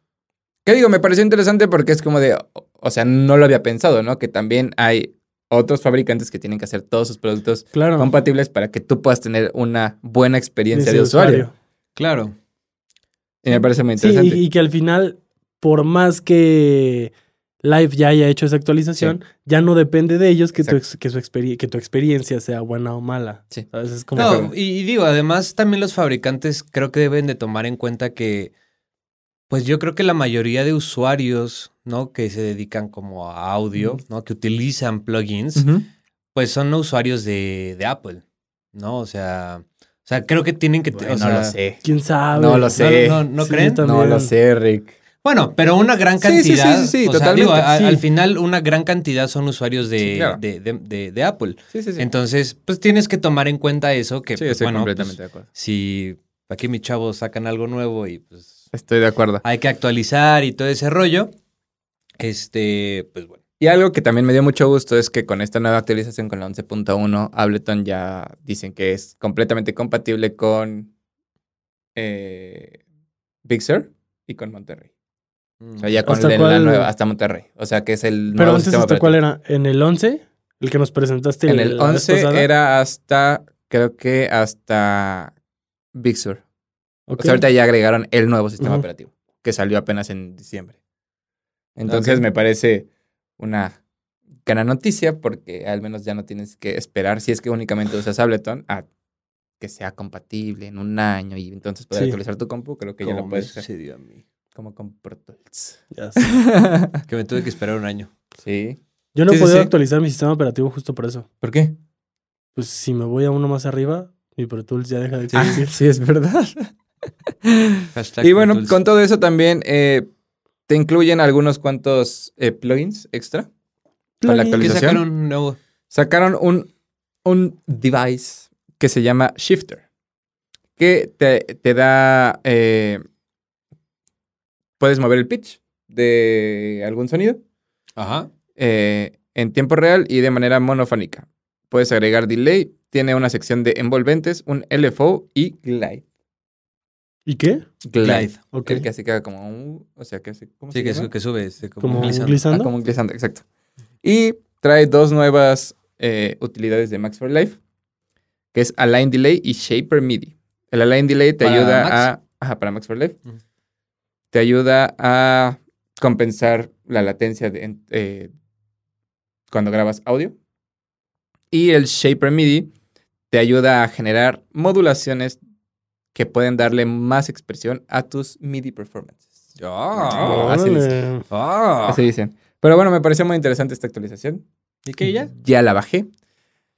[SPEAKER 2] ¿Qué digo? Me pareció interesante porque es como de, o- o sea, no lo había pensado, ¿no? Que también hay otros fabricantes que tienen que hacer todos sus productos
[SPEAKER 3] Claro.
[SPEAKER 2] compatibles para que tú puedas tener una buena experiencia
[SPEAKER 3] dice
[SPEAKER 2] de usuario.
[SPEAKER 1] Claro.
[SPEAKER 2] Y me parece muy
[SPEAKER 3] Sí,
[SPEAKER 2] interesante.
[SPEAKER 3] y, y que al final, por más que Live ya haya hecho esa actualización, ya no depende de ellos que, tu, ex- que, su experi- que tu experiencia sea buena o mala.
[SPEAKER 2] Sí.
[SPEAKER 3] ¿Sabes? Es como...
[SPEAKER 1] No, y, y digo, además también los fabricantes creo que deben de tomar en cuenta que, pues yo creo que la mayoría de usuarios, ¿no? Que se dedican como a audio,
[SPEAKER 3] Ujú.
[SPEAKER 1] ¿no? Que utilizan plugins,
[SPEAKER 2] Ujú.
[SPEAKER 1] pues son usuarios de, de Apple, ¿no? O sea, o sea, creo que tienen que...
[SPEAKER 2] Bueno,
[SPEAKER 1] o
[SPEAKER 2] no
[SPEAKER 1] sea,
[SPEAKER 2] lo sé.
[SPEAKER 3] ¿Quién sabe?
[SPEAKER 2] No lo sé.
[SPEAKER 1] No, no, no
[SPEAKER 3] Sí,
[SPEAKER 1] creen.
[SPEAKER 3] yo
[SPEAKER 2] No lo
[SPEAKER 3] también.
[SPEAKER 2] sé, Rick.
[SPEAKER 1] Bueno, pero una gran
[SPEAKER 2] Sí, sí, sí,
[SPEAKER 1] cantidad.
[SPEAKER 2] sí, sí,
[SPEAKER 1] o sea, digo,
[SPEAKER 2] totalmente,
[SPEAKER 1] a-
[SPEAKER 3] sí.
[SPEAKER 1] Al final, una gran cantidad son usuarios de,
[SPEAKER 2] Sí, claro.
[SPEAKER 1] de, de- de- de Apple.
[SPEAKER 2] Sí, sí, sí.
[SPEAKER 1] Entonces, pues tienes que tomar en cuenta eso, que
[SPEAKER 2] sí,
[SPEAKER 1] pues,
[SPEAKER 2] estoy
[SPEAKER 1] bueno,
[SPEAKER 2] completamente
[SPEAKER 1] pues,
[SPEAKER 2] de acuerdo.
[SPEAKER 1] si aquí mis chavos sacan algo nuevo y pues
[SPEAKER 2] Estoy de acuerdo.
[SPEAKER 1] hay que actualizar y todo ese rollo, este, pues bueno.
[SPEAKER 2] Y algo que también me dio mucho gusto es que con esta nueva actualización con la 11.1, Ableton ya dicen que es completamente compatible con eh, Big Sur y con Monterrey.
[SPEAKER 1] mm,
[SPEAKER 2] O sea, ya con
[SPEAKER 3] ¿Hasta
[SPEAKER 2] la- la
[SPEAKER 3] cuál?
[SPEAKER 2] nueva, hasta Monterrey. O sea, que es el nuevo
[SPEAKER 3] Pero antes,
[SPEAKER 2] sistema
[SPEAKER 3] ¿hasta cuál
[SPEAKER 2] operativo.
[SPEAKER 3] era? ¿En el 11? ¿El que nos presentaste
[SPEAKER 2] En el
[SPEAKER 3] la vez
[SPEAKER 2] 11
[SPEAKER 3] pasada?
[SPEAKER 2] era hasta, creo que hasta Big Sur.
[SPEAKER 3] Ok.
[SPEAKER 2] O sea, ahorita ya agregaron el nuevo sistema
[SPEAKER 3] Ujú.
[SPEAKER 2] operativo, que salió apenas en diciembre. Entonces
[SPEAKER 1] Ok.
[SPEAKER 2] me parece una gran noticia porque al menos ya no tienes que esperar, si es que únicamente usas Ableton, a que sea compatible en un año y entonces poder
[SPEAKER 3] Sí.
[SPEAKER 2] actualizar tu compu, creo que ya
[SPEAKER 1] Como
[SPEAKER 2] lo
[SPEAKER 1] me
[SPEAKER 2] puedes hacer
[SPEAKER 1] sucedió a mí.
[SPEAKER 2] como con Pro Tools.
[SPEAKER 3] Ya sé.
[SPEAKER 1] Que me tuve que esperar un año.
[SPEAKER 2] Sí.
[SPEAKER 3] Yo no he
[SPEAKER 2] Sí, sí,
[SPEAKER 3] podido
[SPEAKER 2] sí.
[SPEAKER 3] actualizar mi sistema operativo justo por eso.
[SPEAKER 2] ¿Por qué?
[SPEAKER 3] Pues si me voy a uno más arriba, mi Pro Tools ya deja de
[SPEAKER 2] Ah,
[SPEAKER 3] existir.
[SPEAKER 2] sí, es verdad.
[SPEAKER 1] Hashtag
[SPEAKER 2] Y
[SPEAKER 1] Pro
[SPEAKER 2] bueno,
[SPEAKER 1] Tools.
[SPEAKER 2] con todo eso también eh, te incluyen algunos cuantos eh, plugins extra. Para
[SPEAKER 1] que
[SPEAKER 2] la
[SPEAKER 3] Plugin.
[SPEAKER 2] actualización.
[SPEAKER 1] sacaron un nuevo.
[SPEAKER 2] Sacaron un, un device que se llama Shifter, que te, te da... eh, puedes mover el pitch de algún sonido
[SPEAKER 1] Ajá.
[SPEAKER 2] eh, en tiempo real y de manera monofónica. Puedes agregar delay, tiene una sección de envolventes, un LFO y glide.
[SPEAKER 3] ¿Y qué?
[SPEAKER 1] Glide.
[SPEAKER 3] Ok.
[SPEAKER 2] El que así queda como un... O sea, que así... ¿cómo
[SPEAKER 1] Sí,
[SPEAKER 2] se
[SPEAKER 1] que,
[SPEAKER 2] llama?
[SPEAKER 1] su- que sube. este, como
[SPEAKER 3] Como
[SPEAKER 1] glissando.
[SPEAKER 2] Ah,
[SPEAKER 3] glissando.
[SPEAKER 2] como un glissando, exacto. Y trae dos nuevas eh, utilidades de Max for Life, que es Align Delay y Shaper MIDI. El Align Delay te
[SPEAKER 1] ¿Para
[SPEAKER 2] ayuda
[SPEAKER 1] Max?
[SPEAKER 2] a... Ajá, para Max for Life.
[SPEAKER 1] Ujú.
[SPEAKER 2] Te ayuda a compensar la latencia de, en- eh, cuando grabas audio. Y el Shaper MIDI te ayuda a generar modulaciones que pueden darle más expresión a tus MIDI performances.
[SPEAKER 1] Ah.
[SPEAKER 2] Ah. así
[SPEAKER 3] Órale.
[SPEAKER 1] Ah.
[SPEAKER 2] Así dicen. Pero bueno, me pareció muy interesante esta actualización.
[SPEAKER 1] ¿Y qué ya?
[SPEAKER 2] Ya la bajé.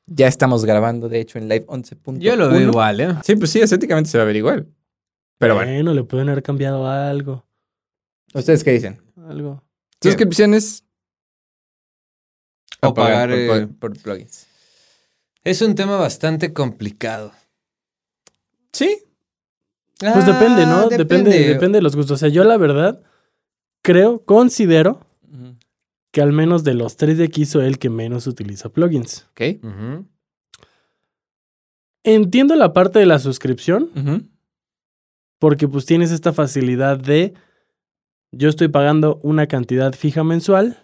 [SPEAKER 2] Ya estamos grabando, de hecho, en live 11.1.
[SPEAKER 1] Yo lo veo igual, ¿eh?
[SPEAKER 2] Sí, pues sí, estéticamente se va a ver igual. Pero bueno,
[SPEAKER 3] Bueno, le pueden haber cambiado algo.
[SPEAKER 2] ¿ustedes qué dicen?
[SPEAKER 3] Algo.
[SPEAKER 1] ¿Qué?
[SPEAKER 2] Suscripciones.
[SPEAKER 1] O pagar,
[SPEAKER 2] por,
[SPEAKER 1] eh,
[SPEAKER 2] por- por plugins.
[SPEAKER 1] Es un tema bastante complicado.
[SPEAKER 2] Sí. Ah,
[SPEAKER 3] Pues
[SPEAKER 1] Ah,
[SPEAKER 3] depende, ¿no? Depende, depende de los gustos. O sea, yo la verdad creo, considero que al menos de los tres de aquí soy el que menos utiliza plugins.
[SPEAKER 2] Ok.
[SPEAKER 1] Ujú.
[SPEAKER 3] Entiendo la parte de la suscripción porque pues tienes esta facilidad de yo estoy pagando una cantidad fija mensual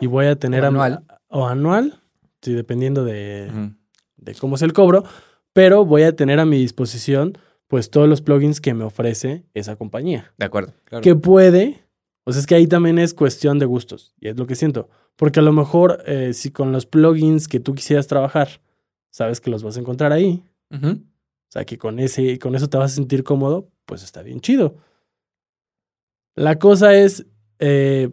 [SPEAKER 3] y voy a tener
[SPEAKER 2] O
[SPEAKER 3] a-
[SPEAKER 2] anual.
[SPEAKER 3] o anual, sí, dependiendo de, de cómo es el cobro, pero voy a tener a mi disposición pues todos los plugins que me ofrece esa compañía.
[SPEAKER 2] De acuerdo.
[SPEAKER 3] que puede, o sea, es que ahí también es cuestión de gustos, y es lo que siento, porque a lo mejor eh, si con los plugins que tú quisieras trabajar, sabes que los vas a encontrar ahí,
[SPEAKER 2] Ujú.
[SPEAKER 3] o sea, que con, ese, con eso te vas a sentir cómodo, pues está bien chido. La cosa es, eh,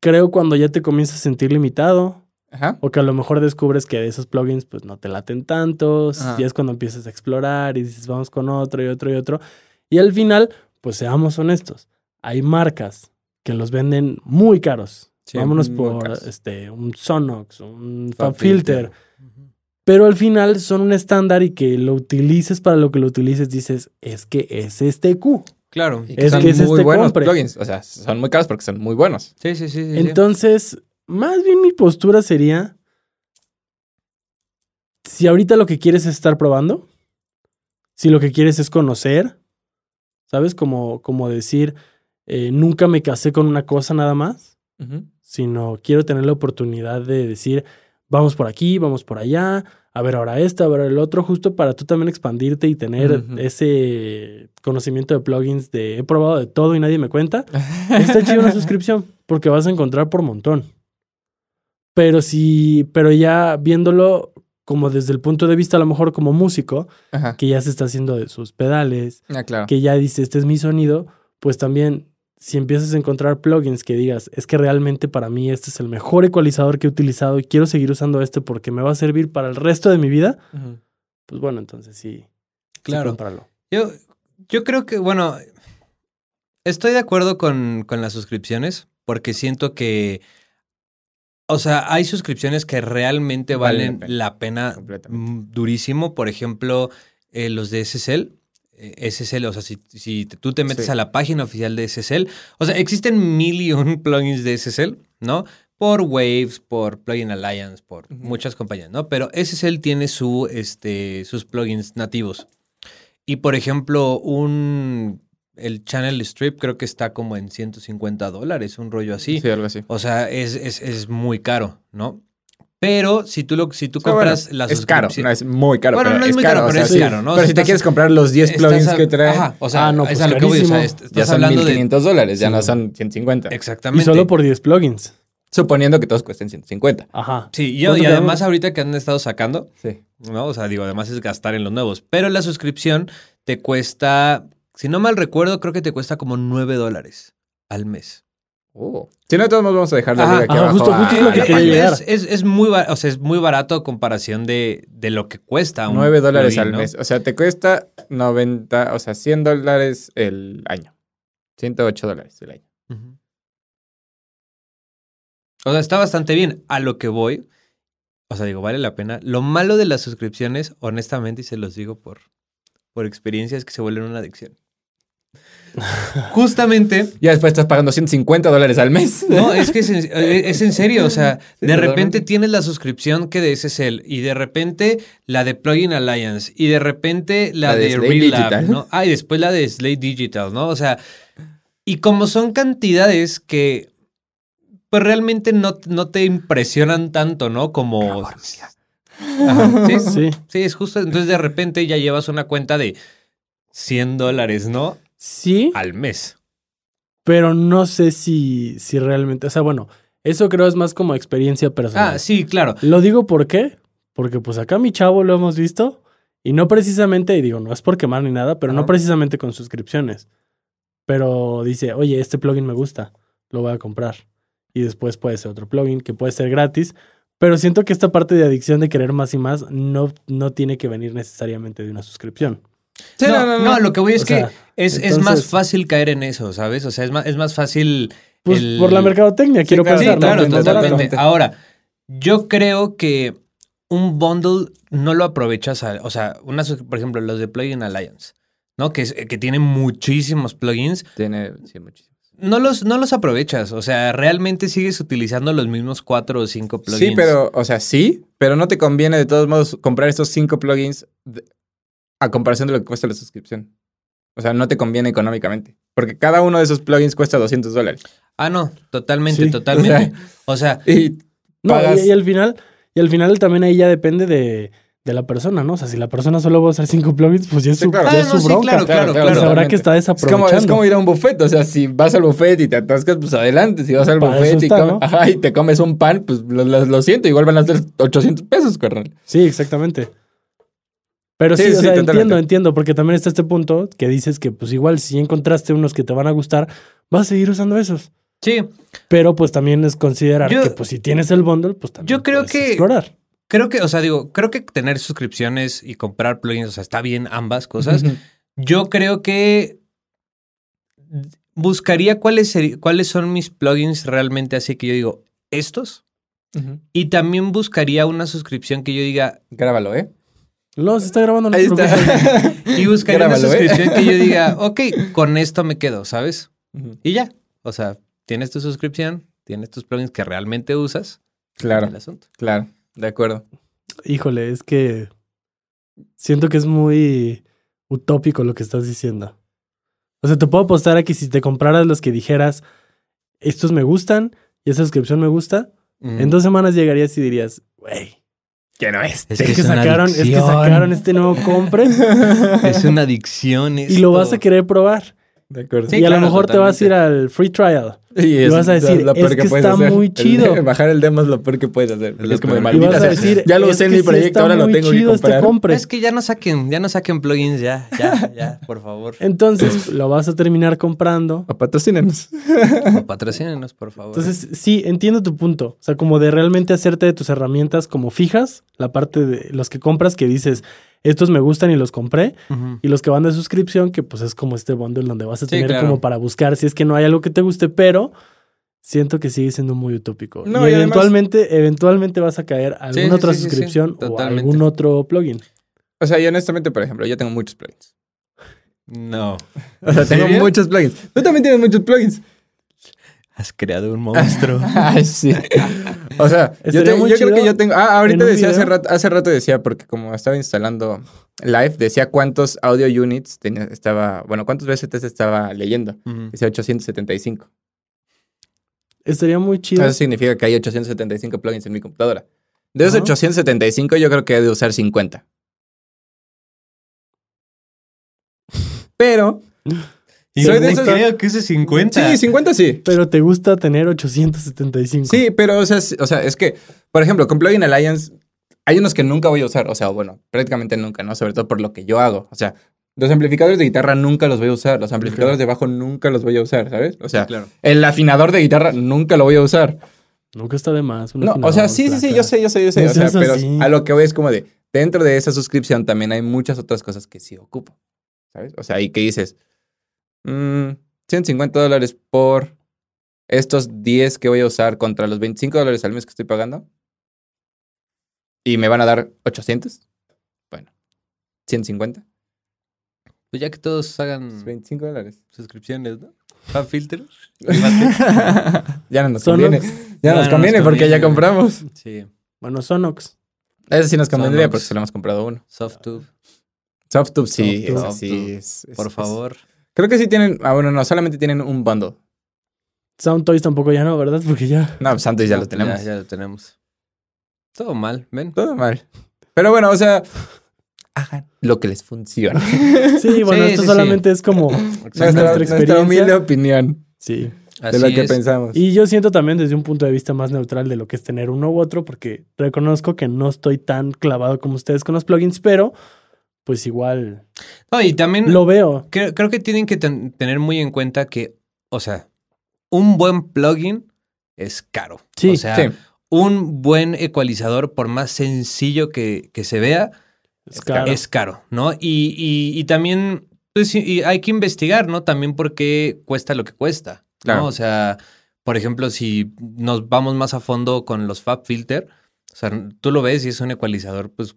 [SPEAKER 3] creo cuando ya te comienzas a sentir limitado,
[SPEAKER 2] Ajá.
[SPEAKER 3] o que a lo mejor descubres que de esos plugins pues no te laten tantos.
[SPEAKER 2] Ajá.
[SPEAKER 3] Y es cuando empiezas a explorar y dices vamos con otro y otro y otro. Y al final, pues seamos honestos, hay marcas que los venden muy caros.
[SPEAKER 2] Sí,
[SPEAKER 3] Vámonos
[SPEAKER 2] muy
[SPEAKER 3] por
[SPEAKER 2] caros.
[SPEAKER 3] este un Sonox, un
[SPEAKER 1] FabFilter.
[SPEAKER 3] FabFilter. Pero al final son un estándar y que lo utilices para lo que lo utilices, dices, es que es este Q.
[SPEAKER 1] Claro.
[SPEAKER 2] Y
[SPEAKER 3] Es
[SPEAKER 2] son
[SPEAKER 3] que es
[SPEAKER 2] muy
[SPEAKER 3] este
[SPEAKER 2] buenos
[SPEAKER 3] compre.
[SPEAKER 2] plugins. O sea, son muy caros porque son muy buenos.
[SPEAKER 1] Sí, sí, sí. sí, sí.
[SPEAKER 3] Entonces, más bien mi postura sería, si ahorita lo que quieres es estar probando, si lo que quieres es conocer, ¿sabes? Como, como decir, eh, nunca me casé con una cosa nada más, sino quiero tener la oportunidad de decir, vamos por aquí, vamos por allá, a ver ahora esto, a ver el otro, justo para tú también expandirte y tener
[SPEAKER 2] Ujú.
[SPEAKER 3] ese conocimiento de plugins de he probado de todo y nadie me cuenta. Está chido una suscripción porque vas a encontrar por montón. Pero si, pero ya viéndolo como desde el punto de vista a lo mejor como músico,
[SPEAKER 2] Ajá.
[SPEAKER 3] que ya se está haciendo de sus pedales,
[SPEAKER 2] Ah, claro.
[SPEAKER 3] que ya dice, este es mi sonido, pues también si empiezas a encontrar plugins que digas, es que realmente para mí este es el mejor ecualizador que he utilizado y quiero seguir usando este porque me va a servir para el resto de mi vida,
[SPEAKER 2] Ujú.
[SPEAKER 3] pues bueno, entonces sí, sí
[SPEAKER 1] Claro.
[SPEAKER 3] cómpralo.
[SPEAKER 1] Yo, yo creo que, bueno, estoy de acuerdo con, con las suscripciones porque siento que, o sea, hay suscripciones que realmente
[SPEAKER 2] Vale la
[SPEAKER 1] valen
[SPEAKER 2] pena.
[SPEAKER 1] la pena,
[SPEAKER 2] Completamente.
[SPEAKER 1] mm, durísimo. Por ejemplo, eh, los de SSL. eh, SSL, o sea, si, si te- tú te metes
[SPEAKER 2] Sí.
[SPEAKER 1] a la página oficial de SSL, o sea, existen mil y un plugins de SSL, ¿no? Por Waves, por Plugin Alliance, por
[SPEAKER 2] Ujú.
[SPEAKER 1] muchas compañías, ¿no? Pero SSL tiene su, este, sus plugins nativos. Y por ejemplo, un. El Channel Strip creo que está como en 150 dólares, un rollo así.
[SPEAKER 2] Sí, algo así.
[SPEAKER 1] O sea, es, es- es muy caro, ¿no? Pero si tú, lo, si tú
[SPEAKER 2] O sea, bueno,
[SPEAKER 1] compras la
[SPEAKER 2] es caro,
[SPEAKER 1] suscripción-
[SPEAKER 2] no es muy caro.
[SPEAKER 1] Bueno,
[SPEAKER 2] pero
[SPEAKER 1] no es
[SPEAKER 2] es
[SPEAKER 1] muy
[SPEAKER 2] caro,
[SPEAKER 1] caro,
[SPEAKER 2] o
[SPEAKER 1] pero
[SPEAKER 2] sea,
[SPEAKER 1] es
[SPEAKER 2] sí.
[SPEAKER 1] caro, ¿no?
[SPEAKER 2] Pero
[SPEAKER 1] Si
[SPEAKER 2] si te
[SPEAKER 1] estás-
[SPEAKER 2] quieres comprar los 10
[SPEAKER 1] estás
[SPEAKER 2] plugins
[SPEAKER 1] a-
[SPEAKER 2] que trae,
[SPEAKER 1] Ajá, o sea,
[SPEAKER 3] Ah, no,
[SPEAKER 1] es
[SPEAKER 3] pues
[SPEAKER 1] a lo que voy, o sea,
[SPEAKER 3] carísimo.
[SPEAKER 1] est- estás
[SPEAKER 2] ya son
[SPEAKER 1] hablando
[SPEAKER 2] 1500 dólares, ya
[SPEAKER 1] Sí.
[SPEAKER 2] no son 150.
[SPEAKER 1] de.
[SPEAKER 3] Y
[SPEAKER 1] Exactamente.
[SPEAKER 3] solo por 10 plugins.
[SPEAKER 2] Suponiendo que todos cuesten 150.
[SPEAKER 3] Ajá.
[SPEAKER 1] Sí, y, y
[SPEAKER 3] ¿Cuánto
[SPEAKER 1] además
[SPEAKER 3] quedó?
[SPEAKER 1] ahorita que han estado sacando,
[SPEAKER 2] Sí.
[SPEAKER 1] ¿no? O sea, digo, además es gastar en los nuevos. Pero la suscripción te cuesta, si no mal recuerdo, creo que te cuesta como 9 dólares al mes.
[SPEAKER 2] Uh. Si no, de todos modos vamos a dejar la
[SPEAKER 1] Ajá,
[SPEAKER 2] liga aquí
[SPEAKER 3] ajá,
[SPEAKER 2] abajo. Ah,
[SPEAKER 3] justo- justo es lo que
[SPEAKER 1] Es,
[SPEAKER 2] al-
[SPEAKER 3] quería
[SPEAKER 2] al-
[SPEAKER 3] llegar.
[SPEAKER 1] Ah, es, es- es muy barato, o sea, es muy barato a comparación de, de lo que cuesta. un
[SPEAKER 2] 9 dólares
[SPEAKER 1] plugin,
[SPEAKER 2] al
[SPEAKER 1] ¿no?
[SPEAKER 2] mes. O sea, te cuesta 90, o sea, 100 dólares el año. 108 dólares el año.
[SPEAKER 1] Ujú. O sea, está bastante bien a lo que voy. O sea, digo, vale la pena. Lo malo de las suscripciones, honestamente, y se los digo por, por experiencia, es que se vuelven una adicción. Justamente,
[SPEAKER 2] Ya después estás pagando 150 dólares al mes.
[SPEAKER 1] no, es que es en, eh, es en serio. O sea,
[SPEAKER 2] Sí,
[SPEAKER 1] de
[SPEAKER 2] totalmente.
[SPEAKER 1] repente tienes la suscripción que de SSL y de repente la de Plugin Alliance y de repente la,
[SPEAKER 2] La de
[SPEAKER 1] de,
[SPEAKER 2] Slate
[SPEAKER 1] Relab,
[SPEAKER 2] Digital.
[SPEAKER 1] ¿no? Ah, y después la de Slate Digital, ¿no? O sea, y como son cantidades que pues realmente no, no te impresionan tanto, ¿no? Como... Ajá, sí, sí,
[SPEAKER 3] Sí.
[SPEAKER 1] sí, es justo. Entonces de repente ya llevas una cuenta de 100 dólares, ¿no?
[SPEAKER 3] Sí,
[SPEAKER 1] Al mes.
[SPEAKER 3] pero no sé si, si realmente. O sea, bueno, eso creo es más como experiencia personal.
[SPEAKER 1] Ah, sí, claro.
[SPEAKER 3] Lo digo por qué. Porque pues acá mi chavo lo hemos visto. Y no precisamente, y digo, no es por quemar ni nada, pero no
[SPEAKER 1] Ajá.
[SPEAKER 3] precisamente con suscripciones. Pero dice, oye, este plugin me gusta, lo voy a comprar. Y después puede ser otro plugin que puede ser gratis. Pero siento que esta parte de adicción de querer más y más no, no tiene que venir necesariamente de una suscripción.
[SPEAKER 2] Sí,
[SPEAKER 1] no, no, lo que voy es
[SPEAKER 3] O
[SPEAKER 1] que
[SPEAKER 3] sea,
[SPEAKER 1] es, es más
[SPEAKER 3] entonces-
[SPEAKER 1] fácil caer en eso, ¿sabes? O sea, es más, es más fácil.
[SPEAKER 3] Pues
[SPEAKER 1] el-
[SPEAKER 3] por la mercadotecnia, quiero
[SPEAKER 2] claro,
[SPEAKER 1] Sí,
[SPEAKER 3] pensar. ¿no?
[SPEAKER 1] claro,
[SPEAKER 3] Que es más barato.
[SPEAKER 1] totalmente. Ahora, yo creo que un bundle no lo aprovechas. a- o sea, una, sus- por ejemplo, los de Plugin Alliance, ¿no? Que, es- que tienen muchísimos plugins.
[SPEAKER 2] Tiene, sí, muchísimo.
[SPEAKER 1] No los, no los aprovechas. O sea, realmente sigues utilizando los mismos cuatro o cinco plugins.
[SPEAKER 2] Sí, pero, o sea, sí, pero no te conviene de todos modos comprar estos cinco plugins de- a comparación de lo que cuesta la suscripción. O sea, no te conviene económicamente. Porque cada uno de esos plugins cuesta 200 dólares.
[SPEAKER 1] Ah, no, totalmente,
[SPEAKER 3] Sí,
[SPEAKER 1] totalmente. O sea,
[SPEAKER 2] Y
[SPEAKER 3] No, y-
[SPEAKER 2] pagas-
[SPEAKER 3] y, al final, y al final también ahí ya depende de, de la persona, ¿no? O sea, si la persona solo va a usar cinco plugins, pues ya es
[SPEAKER 2] Sí,
[SPEAKER 3] su,
[SPEAKER 2] claro.
[SPEAKER 3] ya es
[SPEAKER 1] Ah,
[SPEAKER 3] su
[SPEAKER 1] no, sí,
[SPEAKER 3] bronca.
[SPEAKER 1] claro, claro,
[SPEAKER 3] Pues
[SPEAKER 1] claro.
[SPEAKER 3] sabrá que está
[SPEAKER 2] Es como,
[SPEAKER 3] desaprovechando.
[SPEAKER 2] es como ir a un buffet, o sea, si vas al buffet y te atascas, pues adelante, si vas al
[SPEAKER 3] Para
[SPEAKER 2] buffet
[SPEAKER 3] eso
[SPEAKER 2] y,
[SPEAKER 3] está,
[SPEAKER 2] comes-
[SPEAKER 3] ¿no?
[SPEAKER 2] ajá, y te comes un pan, pues lo, lo- lo siento, igual van a ser 800 pesos, carnal.
[SPEAKER 3] Sí, exactamente. Pero sí,
[SPEAKER 2] Sí,
[SPEAKER 3] o
[SPEAKER 2] sí,
[SPEAKER 3] sea,
[SPEAKER 2] totalmente.
[SPEAKER 3] entiendo, entiendo, porque también está este punto que dices que pues igual si encontraste unos que te van a gustar, vas a seguir usando esos.
[SPEAKER 1] sí,
[SPEAKER 3] Pero pues también es considerar
[SPEAKER 1] Yo-
[SPEAKER 3] que pues si tienes el bundle, pues también
[SPEAKER 1] Yo creo
[SPEAKER 3] puedes
[SPEAKER 1] que-
[SPEAKER 3] explorar.
[SPEAKER 1] creo que, o sea, digo, creo que tener suscripciones y comprar plugins, o sea, está bien ambas cosas. Yo creo que buscaría cuáles, seri- cuáles son mis plugins realmente así que yo digo, estos. Y también buscaría una suscripción que yo diga,
[SPEAKER 2] Grábalo, ¿eh?
[SPEAKER 3] No, se está grabando. no
[SPEAKER 2] Ahí
[SPEAKER 3] te
[SPEAKER 2] está.
[SPEAKER 3] preocupes.
[SPEAKER 1] y buscaría una
[SPEAKER 2] Grábalo, ¿eh?
[SPEAKER 1] suscripción que yo diga, ok, con esto me quedo, ¿sabes? Y ya. O sea, tienes tu suscripción, tienes tus plugins que realmente usas.
[SPEAKER 2] Claro,
[SPEAKER 1] El asunto.
[SPEAKER 2] claro, de acuerdo.
[SPEAKER 3] Híjole, es que siento que es muy utópico lo que estás diciendo. O sea, te puedo apostar a que si te compraras los que dijeras, estos me gustan y esa suscripción me gusta,
[SPEAKER 1] Mm.
[SPEAKER 3] en dos semanas llegarías y dirías, güey,
[SPEAKER 2] Que no es.
[SPEAKER 1] es
[SPEAKER 3] es, que
[SPEAKER 1] es una
[SPEAKER 3] sacaron, es que
[SPEAKER 1] adicción.
[SPEAKER 3] sacaron este nuevo compre
[SPEAKER 1] Es una adicción.
[SPEAKER 3] y lo vas
[SPEAKER 1] esto.
[SPEAKER 3] a querer probar.
[SPEAKER 2] De acuerdo.
[SPEAKER 1] Sí,
[SPEAKER 3] y a
[SPEAKER 1] claro,
[SPEAKER 3] lo mejor te vas a ir al free trial.
[SPEAKER 2] Y es
[SPEAKER 3] vas a
[SPEAKER 2] lo-
[SPEAKER 3] decir,
[SPEAKER 2] lo peor
[SPEAKER 3] "Es que
[SPEAKER 2] puedes
[SPEAKER 3] está
[SPEAKER 2] hacer".
[SPEAKER 3] muy
[SPEAKER 2] El-
[SPEAKER 3] chido.
[SPEAKER 2] bajar el demo es lo peor que puedes hacer. porque
[SPEAKER 1] lo
[SPEAKER 2] es como de
[SPEAKER 1] peor.
[SPEAKER 3] Y
[SPEAKER 2] maldita
[SPEAKER 3] vas a
[SPEAKER 2] sea.
[SPEAKER 3] decir,
[SPEAKER 2] ya lo
[SPEAKER 3] "Es
[SPEAKER 2] usé en
[SPEAKER 3] que
[SPEAKER 2] mi
[SPEAKER 3] sí
[SPEAKER 2] proyecto,
[SPEAKER 3] está
[SPEAKER 2] ahora lo
[SPEAKER 3] muy
[SPEAKER 2] tengo que
[SPEAKER 3] chido este
[SPEAKER 2] comprar.
[SPEAKER 3] compre.
[SPEAKER 1] Es que ya no saquen, ya no saquen plugins, ya, ya, ya, por favor.
[SPEAKER 3] Entonces lo vas a terminar comprando.
[SPEAKER 2] O patrocínenos.
[SPEAKER 1] O Patrocínenos, por favor.
[SPEAKER 3] Entonces, sí, entiendo tu punto. O sea, como de realmente hacerte de tus herramientas como fijas, la parte de los que compras que dices, estos me gustan y los compré,
[SPEAKER 1] Ujú.
[SPEAKER 3] y los que van de suscripción, que pues es como este bundle donde vas a
[SPEAKER 1] Sí,
[SPEAKER 3] tener
[SPEAKER 1] claro.
[SPEAKER 3] como para buscar si es que no hay algo que te guste, pero siento que sigue siendo muy utópico.
[SPEAKER 2] No,
[SPEAKER 3] y,
[SPEAKER 2] y además-
[SPEAKER 3] eventualmente, eventualmente vas a caer a
[SPEAKER 1] Sí,
[SPEAKER 3] alguna
[SPEAKER 1] sí,
[SPEAKER 3] otra
[SPEAKER 1] sí, sí, sí.
[SPEAKER 3] suscripción o a
[SPEAKER 1] Totalmente.
[SPEAKER 3] algún otro plugin.
[SPEAKER 2] O sea, yo honestamente, por ejemplo, yo tengo muchos plugins.
[SPEAKER 1] No,
[SPEAKER 2] O sea, tengo
[SPEAKER 1] serio?
[SPEAKER 2] muchos plugins. Tú también tienes muchos plugins.
[SPEAKER 1] has creado un monstruo.
[SPEAKER 2] Ay, sí. O sea, yo,
[SPEAKER 3] Estaría
[SPEAKER 2] te-
[SPEAKER 3] muy
[SPEAKER 2] yo creo
[SPEAKER 3] chido
[SPEAKER 2] que yo tengo. Ah,
[SPEAKER 3] en
[SPEAKER 2] ahorita
[SPEAKER 3] un
[SPEAKER 2] decía hace
[SPEAKER 3] video.
[SPEAKER 2] rato, hace rato decía, porque como estaba instalando live, decía cuántos audio units tenía, estaba, bueno, cuántos BSTs estaba leyendo.
[SPEAKER 1] Ujú.
[SPEAKER 2] Decía 875.
[SPEAKER 3] Estaría muy chido.
[SPEAKER 2] Eso significa que hay 875 plugins en mi computadora. De esos
[SPEAKER 3] Ajá.
[SPEAKER 2] 875, yo creo que he de usar 50. Pero
[SPEAKER 1] Y
[SPEAKER 2] Soy
[SPEAKER 1] Soy
[SPEAKER 2] de esos-
[SPEAKER 1] creo que use 50.
[SPEAKER 2] Sí, 50 sí.
[SPEAKER 3] Pero te gusta tener 875.
[SPEAKER 2] Sí, pero o sea, s- o sea, es que, por ejemplo, con Plugin Alliance hay unos que nunca voy a usar, o sea, bueno, prácticamente nunca, ¿no? Sobre todo por lo que yo hago, o sea, los amplificadores de guitarra nunca los voy a usar, los amplificadores de bajo nunca los voy a usar, ¿sabes? O sea,
[SPEAKER 1] claro.
[SPEAKER 2] el afinador de guitarra nunca lo voy a usar.
[SPEAKER 3] Nunca está de más. un
[SPEAKER 2] No, o sea,
[SPEAKER 3] afinador,
[SPEAKER 2] sí, sí, sí,
[SPEAKER 3] placa.
[SPEAKER 2] yo sé, yo sé, yo sé,
[SPEAKER 3] No
[SPEAKER 2] o sea,
[SPEAKER 3] seas
[SPEAKER 2] pero
[SPEAKER 3] así.
[SPEAKER 2] a lo que voy es como de, dentro de esa suscripción también hay muchas otras cosas que sí ocupo, ¿sabes? O sea, y que dices, mm, 150 dólares por estos 10 que voy a usar contra los 25 dólares al mes que estoy pagando y me van a dar 800, bueno, 150,
[SPEAKER 1] Pues ya que todos hagan
[SPEAKER 2] 25 dólares.
[SPEAKER 1] suscripciones, ¿no? Fan filter.
[SPEAKER 2] ya no nos
[SPEAKER 3] Son
[SPEAKER 2] conviene, ya
[SPEAKER 1] No,
[SPEAKER 2] nos
[SPEAKER 1] no nos
[SPEAKER 2] conviene porque ya
[SPEAKER 1] conviene.
[SPEAKER 2] compramos.
[SPEAKER 1] Sí.
[SPEAKER 3] Bueno, Sonox.
[SPEAKER 2] Ese sí nos
[SPEAKER 1] Son
[SPEAKER 2] convendría
[SPEAKER 1] unos-
[SPEAKER 2] porque se lo hemos comprado uno.
[SPEAKER 1] Softtube,
[SPEAKER 2] SoftTube sí,
[SPEAKER 3] SoftTube.
[SPEAKER 2] ese sí. es- es-
[SPEAKER 1] por
[SPEAKER 2] es-
[SPEAKER 1] favor.
[SPEAKER 2] Creo que sí tienen. Ah, bueno, no, solamente tienen un bundle.
[SPEAKER 3] Sound Toys tampoco ya no, ¿verdad? Porque ya.
[SPEAKER 2] No, pues antes ya lo tenemos.
[SPEAKER 1] Ya, ya lo tenemos. Todo mal, ven.
[SPEAKER 2] Todo mal. Pero bueno, o sea, hagan lo que les funciona.
[SPEAKER 3] Sí, bueno,
[SPEAKER 1] Sí,
[SPEAKER 3] esto
[SPEAKER 1] sí,
[SPEAKER 3] solamente es como.
[SPEAKER 2] nuestra,
[SPEAKER 3] nuestra
[SPEAKER 2] nuestra
[SPEAKER 3] experiencia.
[SPEAKER 2] humilde opinión
[SPEAKER 3] Sí.
[SPEAKER 1] Así
[SPEAKER 2] de lo que
[SPEAKER 1] es.
[SPEAKER 2] pensamos.
[SPEAKER 3] Y yo siento también desde un punto de vista más neutral de lo que es tener uno u otro, porque reconozco que no estoy tan clavado como ustedes con los plugins, pero pues igual
[SPEAKER 1] No, y también
[SPEAKER 3] lo veo.
[SPEAKER 1] creo, creo que tienen que ten- tener muy en cuenta que, o sea, un buen plugin es caro.
[SPEAKER 3] Sí,
[SPEAKER 1] o sea,
[SPEAKER 2] sí,
[SPEAKER 1] un buen ecualizador, por más sencillo que, que se vea,
[SPEAKER 3] Es caro.
[SPEAKER 1] es caro, ¿no? Y, y- y también pues, y- y hay que investigar, ¿no? También por qué cuesta lo que cuesta, ¿no?
[SPEAKER 2] Claro.
[SPEAKER 1] O sea, por ejemplo, si nos vamos más a fondo con los Fab Filter, o sea, tú lo ves y es un ecualizador, pues,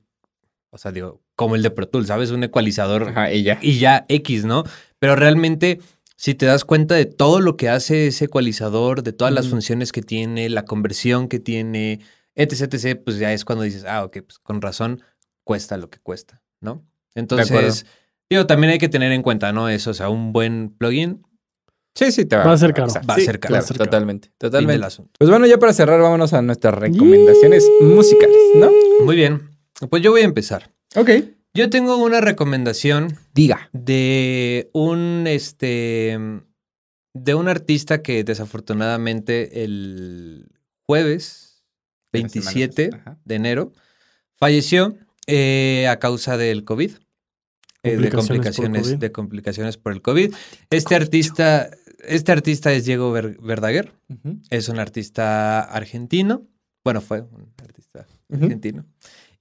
[SPEAKER 1] o sea, digo, como el de Pro Tools, ¿sabes? Un ecualizador
[SPEAKER 2] ajá, y ya.
[SPEAKER 1] y ya X, ¿no? Pero realmente, si te das cuenta de todo lo que hace ese ecualizador, de todas las
[SPEAKER 3] Ujú.
[SPEAKER 1] funciones que tiene, la conversión que tiene, etc., etc., pues ya es cuando dices, ah, ok, pues con razón cuesta lo que cuesta, ¿no? Entonces, digo, también hay que tener en cuenta, ¿no? Eso, o sea, un buen plugin,
[SPEAKER 2] Sí, sí, te va,
[SPEAKER 3] Va a ser
[SPEAKER 2] te
[SPEAKER 3] caro.
[SPEAKER 2] costar.
[SPEAKER 1] Va a
[SPEAKER 2] Sí,
[SPEAKER 1] ser caro.
[SPEAKER 2] claro,
[SPEAKER 3] Va a ser caro.
[SPEAKER 2] Totalmente,
[SPEAKER 1] fin del
[SPEAKER 2] totalmente.
[SPEAKER 1] asunto.
[SPEAKER 2] Pues bueno, ya para cerrar, vámonos a nuestras recomendaciones musicales, ¿no?
[SPEAKER 1] Muy bien, pues yo voy a empezar.
[SPEAKER 2] Ok.
[SPEAKER 1] Yo tengo una recomendación
[SPEAKER 2] Diga.
[SPEAKER 1] de un este de un artista que desafortunadamente el jueves 27
[SPEAKER 2] Ajá.
[SPEAKER 1] de enero falleció eh, a causa del COVID. eh, de
[SPEAKER 3] Complicaciones por
[SPEAKER 1] complicaciones,
[SPEAKER 3] COVID.
[SPEAKER 1] de complicaciones por el COVID. Este artista, este artista es Diego Ver- Verdaguer,
[SPEAKER 2] Ujú.
[SPEAKER 1] es un artista argentino. Bueno, fue un artista
[SPEAKER 2] Ujú.
[SPEAKER 1] argentino.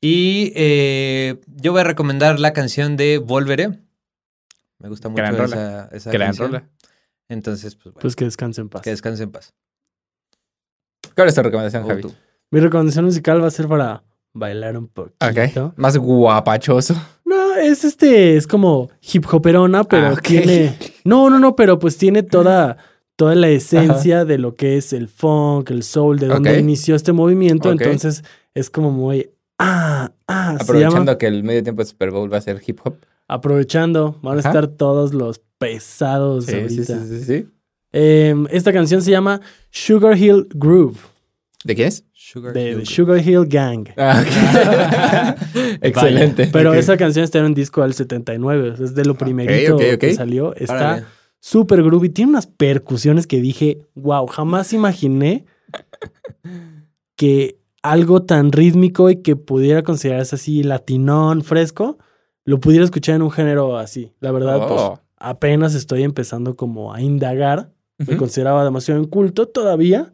[SPEAKER 1] Y eh, yo voy a recomendar la canción de Volveré. Me gusta mucho
[SPEAKER 2] Gran
[SPEAKER 1] esa, esa
[SPEAKER 2] Que la
[SPEAKER 1] canción.
[SPEAKER 2] enrola.
[SPEAKER 1] Entonces, pues, bueno,
[SPEAKER 3] Pues que descanse en paz.
[SPEAKER 1] que descanse en paz.
[SPEAKER 2] ¿Cuál es tu recomendación,
[SPEAKER 1] O
[SPEAKER 2] Javi?
[SPEAKER 1] tú.
[SPEAKER 3] Mi recomendación musical va a ser para bailar un poquito.
[SPEAKER 2] Ok. Más guapachoso.
[SPEAKER 3] No, es este, es como hip hoperona, pero
[SPEAKER 2] Ah, ok.
[SPEAKER 3] tiene. No, no, no, pero pues tiene toda, toda la esencia de lo que es el funk, el soul, de donde
[SPEAKER 2] Ok.
[SPEAKER 3] inició este movimiento.
[SPEAKER 2] Ok.
[SPEAKER 3] Entonces es como muy. Ah, ah, se llama-
[SPEAKER 2] Aprovechando que el medio tiempo de Super Bowl va a ser hip hop.
[SPEAKER 3] aprovechando, van
[SPEAKER 2] Ajá.
[SPEAKER 3] a estar todos los pesados
[SPEAKER 2] Sí, sí,
[SPEAKER 3] ahorita.
[SPEAKER 2] sí, sí, sí.
[SPEAKER 3] Em, esta canción se llama Sugar Hill Groove
[SPEAKER 2] ¿De quién es?
[SPEAKER 1] Sugar
[SPEAKER 3] de The
[SPEAKER 1] Hill
[SPEAKER 3] Sugar Hill Gang.
[SPEAKER 2] Ah, ok. Excelente.
[SPEAKER 3] Pero
[SPEAKER 2] Ok.
[SPEAKER 3] esa canción está en un disco del 79, o sea, es de lo primerito
[SPEAKER 2] ok, ok.
[SPEAKER 3] que salió. Está
[SPEAKER 1] Órale.
[SPEAKER 3] súper groovy, tiene unas percusiones que dije, wow, jamás imaginé que algo tan rítmico y que pudiera considerarse así latinón, fresco, lo pudiera escuchar en un género así. La verdad, pues
[SPEAKER 2] Oh.
[SPEAKER 3] apenas estoy empezando como a indagar. Me
[SPEAKER 2] Ujú.
[SPEAKER 3] consideraba demasiado inculto todavía,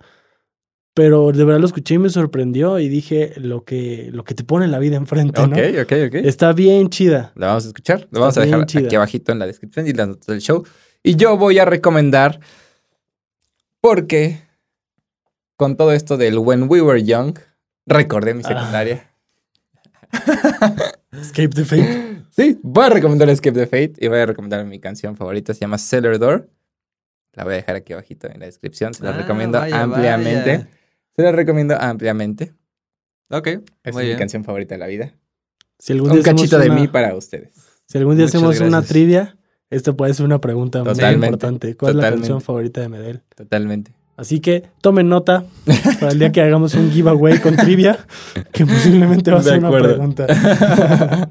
[SPEAKER 3] pero de verdad lo escuché y me sorprendió y dije lo que, lo que te pone la vida enfrente, ¿no?
[SPEAKER 2] Ok, ok, ok.
[SPEAKER 3] Está bien chida.
[SPEAKER 2] La vamos a escuchar. La vamos a dejar
[SPEAKER 3] bien chida.
[SPEAKER 2] aquí abajito en la descripción y las notas del show. Y yo voy a recomendar porque con todo esto del When We Were Young, recordé mi
[SPEAKER 3] Ah.
[SPEAKER 2] secundaria.
[SPEAKER 3] Escape the Fate.
[SPEAKER 2] Sí, voy a recomendar Escape the Fate y voy a recomendar mi canción favorita. Se llama Cellar Door. La voy a dejar aquí abajito en la descripción. Se la
[SPEAKER 1] Ah,
[SPEAKER 2] recomiendo
[SPEAKER 1] vaya,
[SPEAKER 2] ampliamente.
[SPEAKER 1] vaya.
[SPEAKER 2] Se la recomiendo ampliamente.
[SPEAKER 1] Ok,
[SPEAKER 2] Esa
[SPEAKER 1] muy
[SPEAKER 2] es
[SPEAKER 1] bien.
[SPEAKER 2] mi canción favorita de la vida.
[SPEAKER 3] Si algún día
[SPEAKER 2] Un
[SPEAKER 3] hacemos
[SPEAKER 2] cachito de
[SPEAKER 3] una-
[SPEAKER 2] mí para ustedes.
[SPEAKER 3] Si algún día
[SPEAKER 1] Muchas
[SPEAKER 3] hacemos una
[SPEAKER 1] gracias.
[SPEAKER 3] trivia, esta puede ser una pregunta muy
[SPEAKER 2] Totalmente,
[SPEAKER 3] importante. ¿Cuál es la
[SPEAKER 2] totalmente.
[SPEAKER 3] canción favorita de Medel?
[SPEAKER 2] Totalmente.
[SPEAKER 3] Así que tomen nota para el día que hagamos un giveaway con trivia, que posiblemente va a
[SPEAKER 2] De
[SPEAKER 3] ser una
[SPEAKER 2] acuerdo.
[SPEAKER 3] pregunta.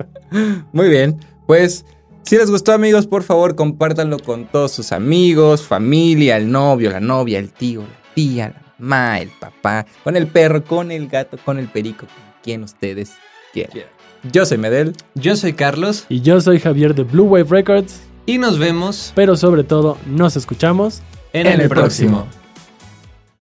[SPEAKER 2] Muy bien, pues Si les gustó, amigos, por favor, compártanlo con todos sus amigos, familia, el novio, la novia, el tío, la tía, la mamá, el papá, con el perro, con el gato, con el perico, con quien ustedes quieran. Yo soy Medel.
[SPEAKER 1] Yo soy Carlos
[SPEAKER 3] Y yo soy Javier de Blue Wave Records,
[SPEAKER 1] y nos vemos
[SPEAKER 3] pero sobre todo nos escuchamos
[SPEAKER 1] en, el, próximo.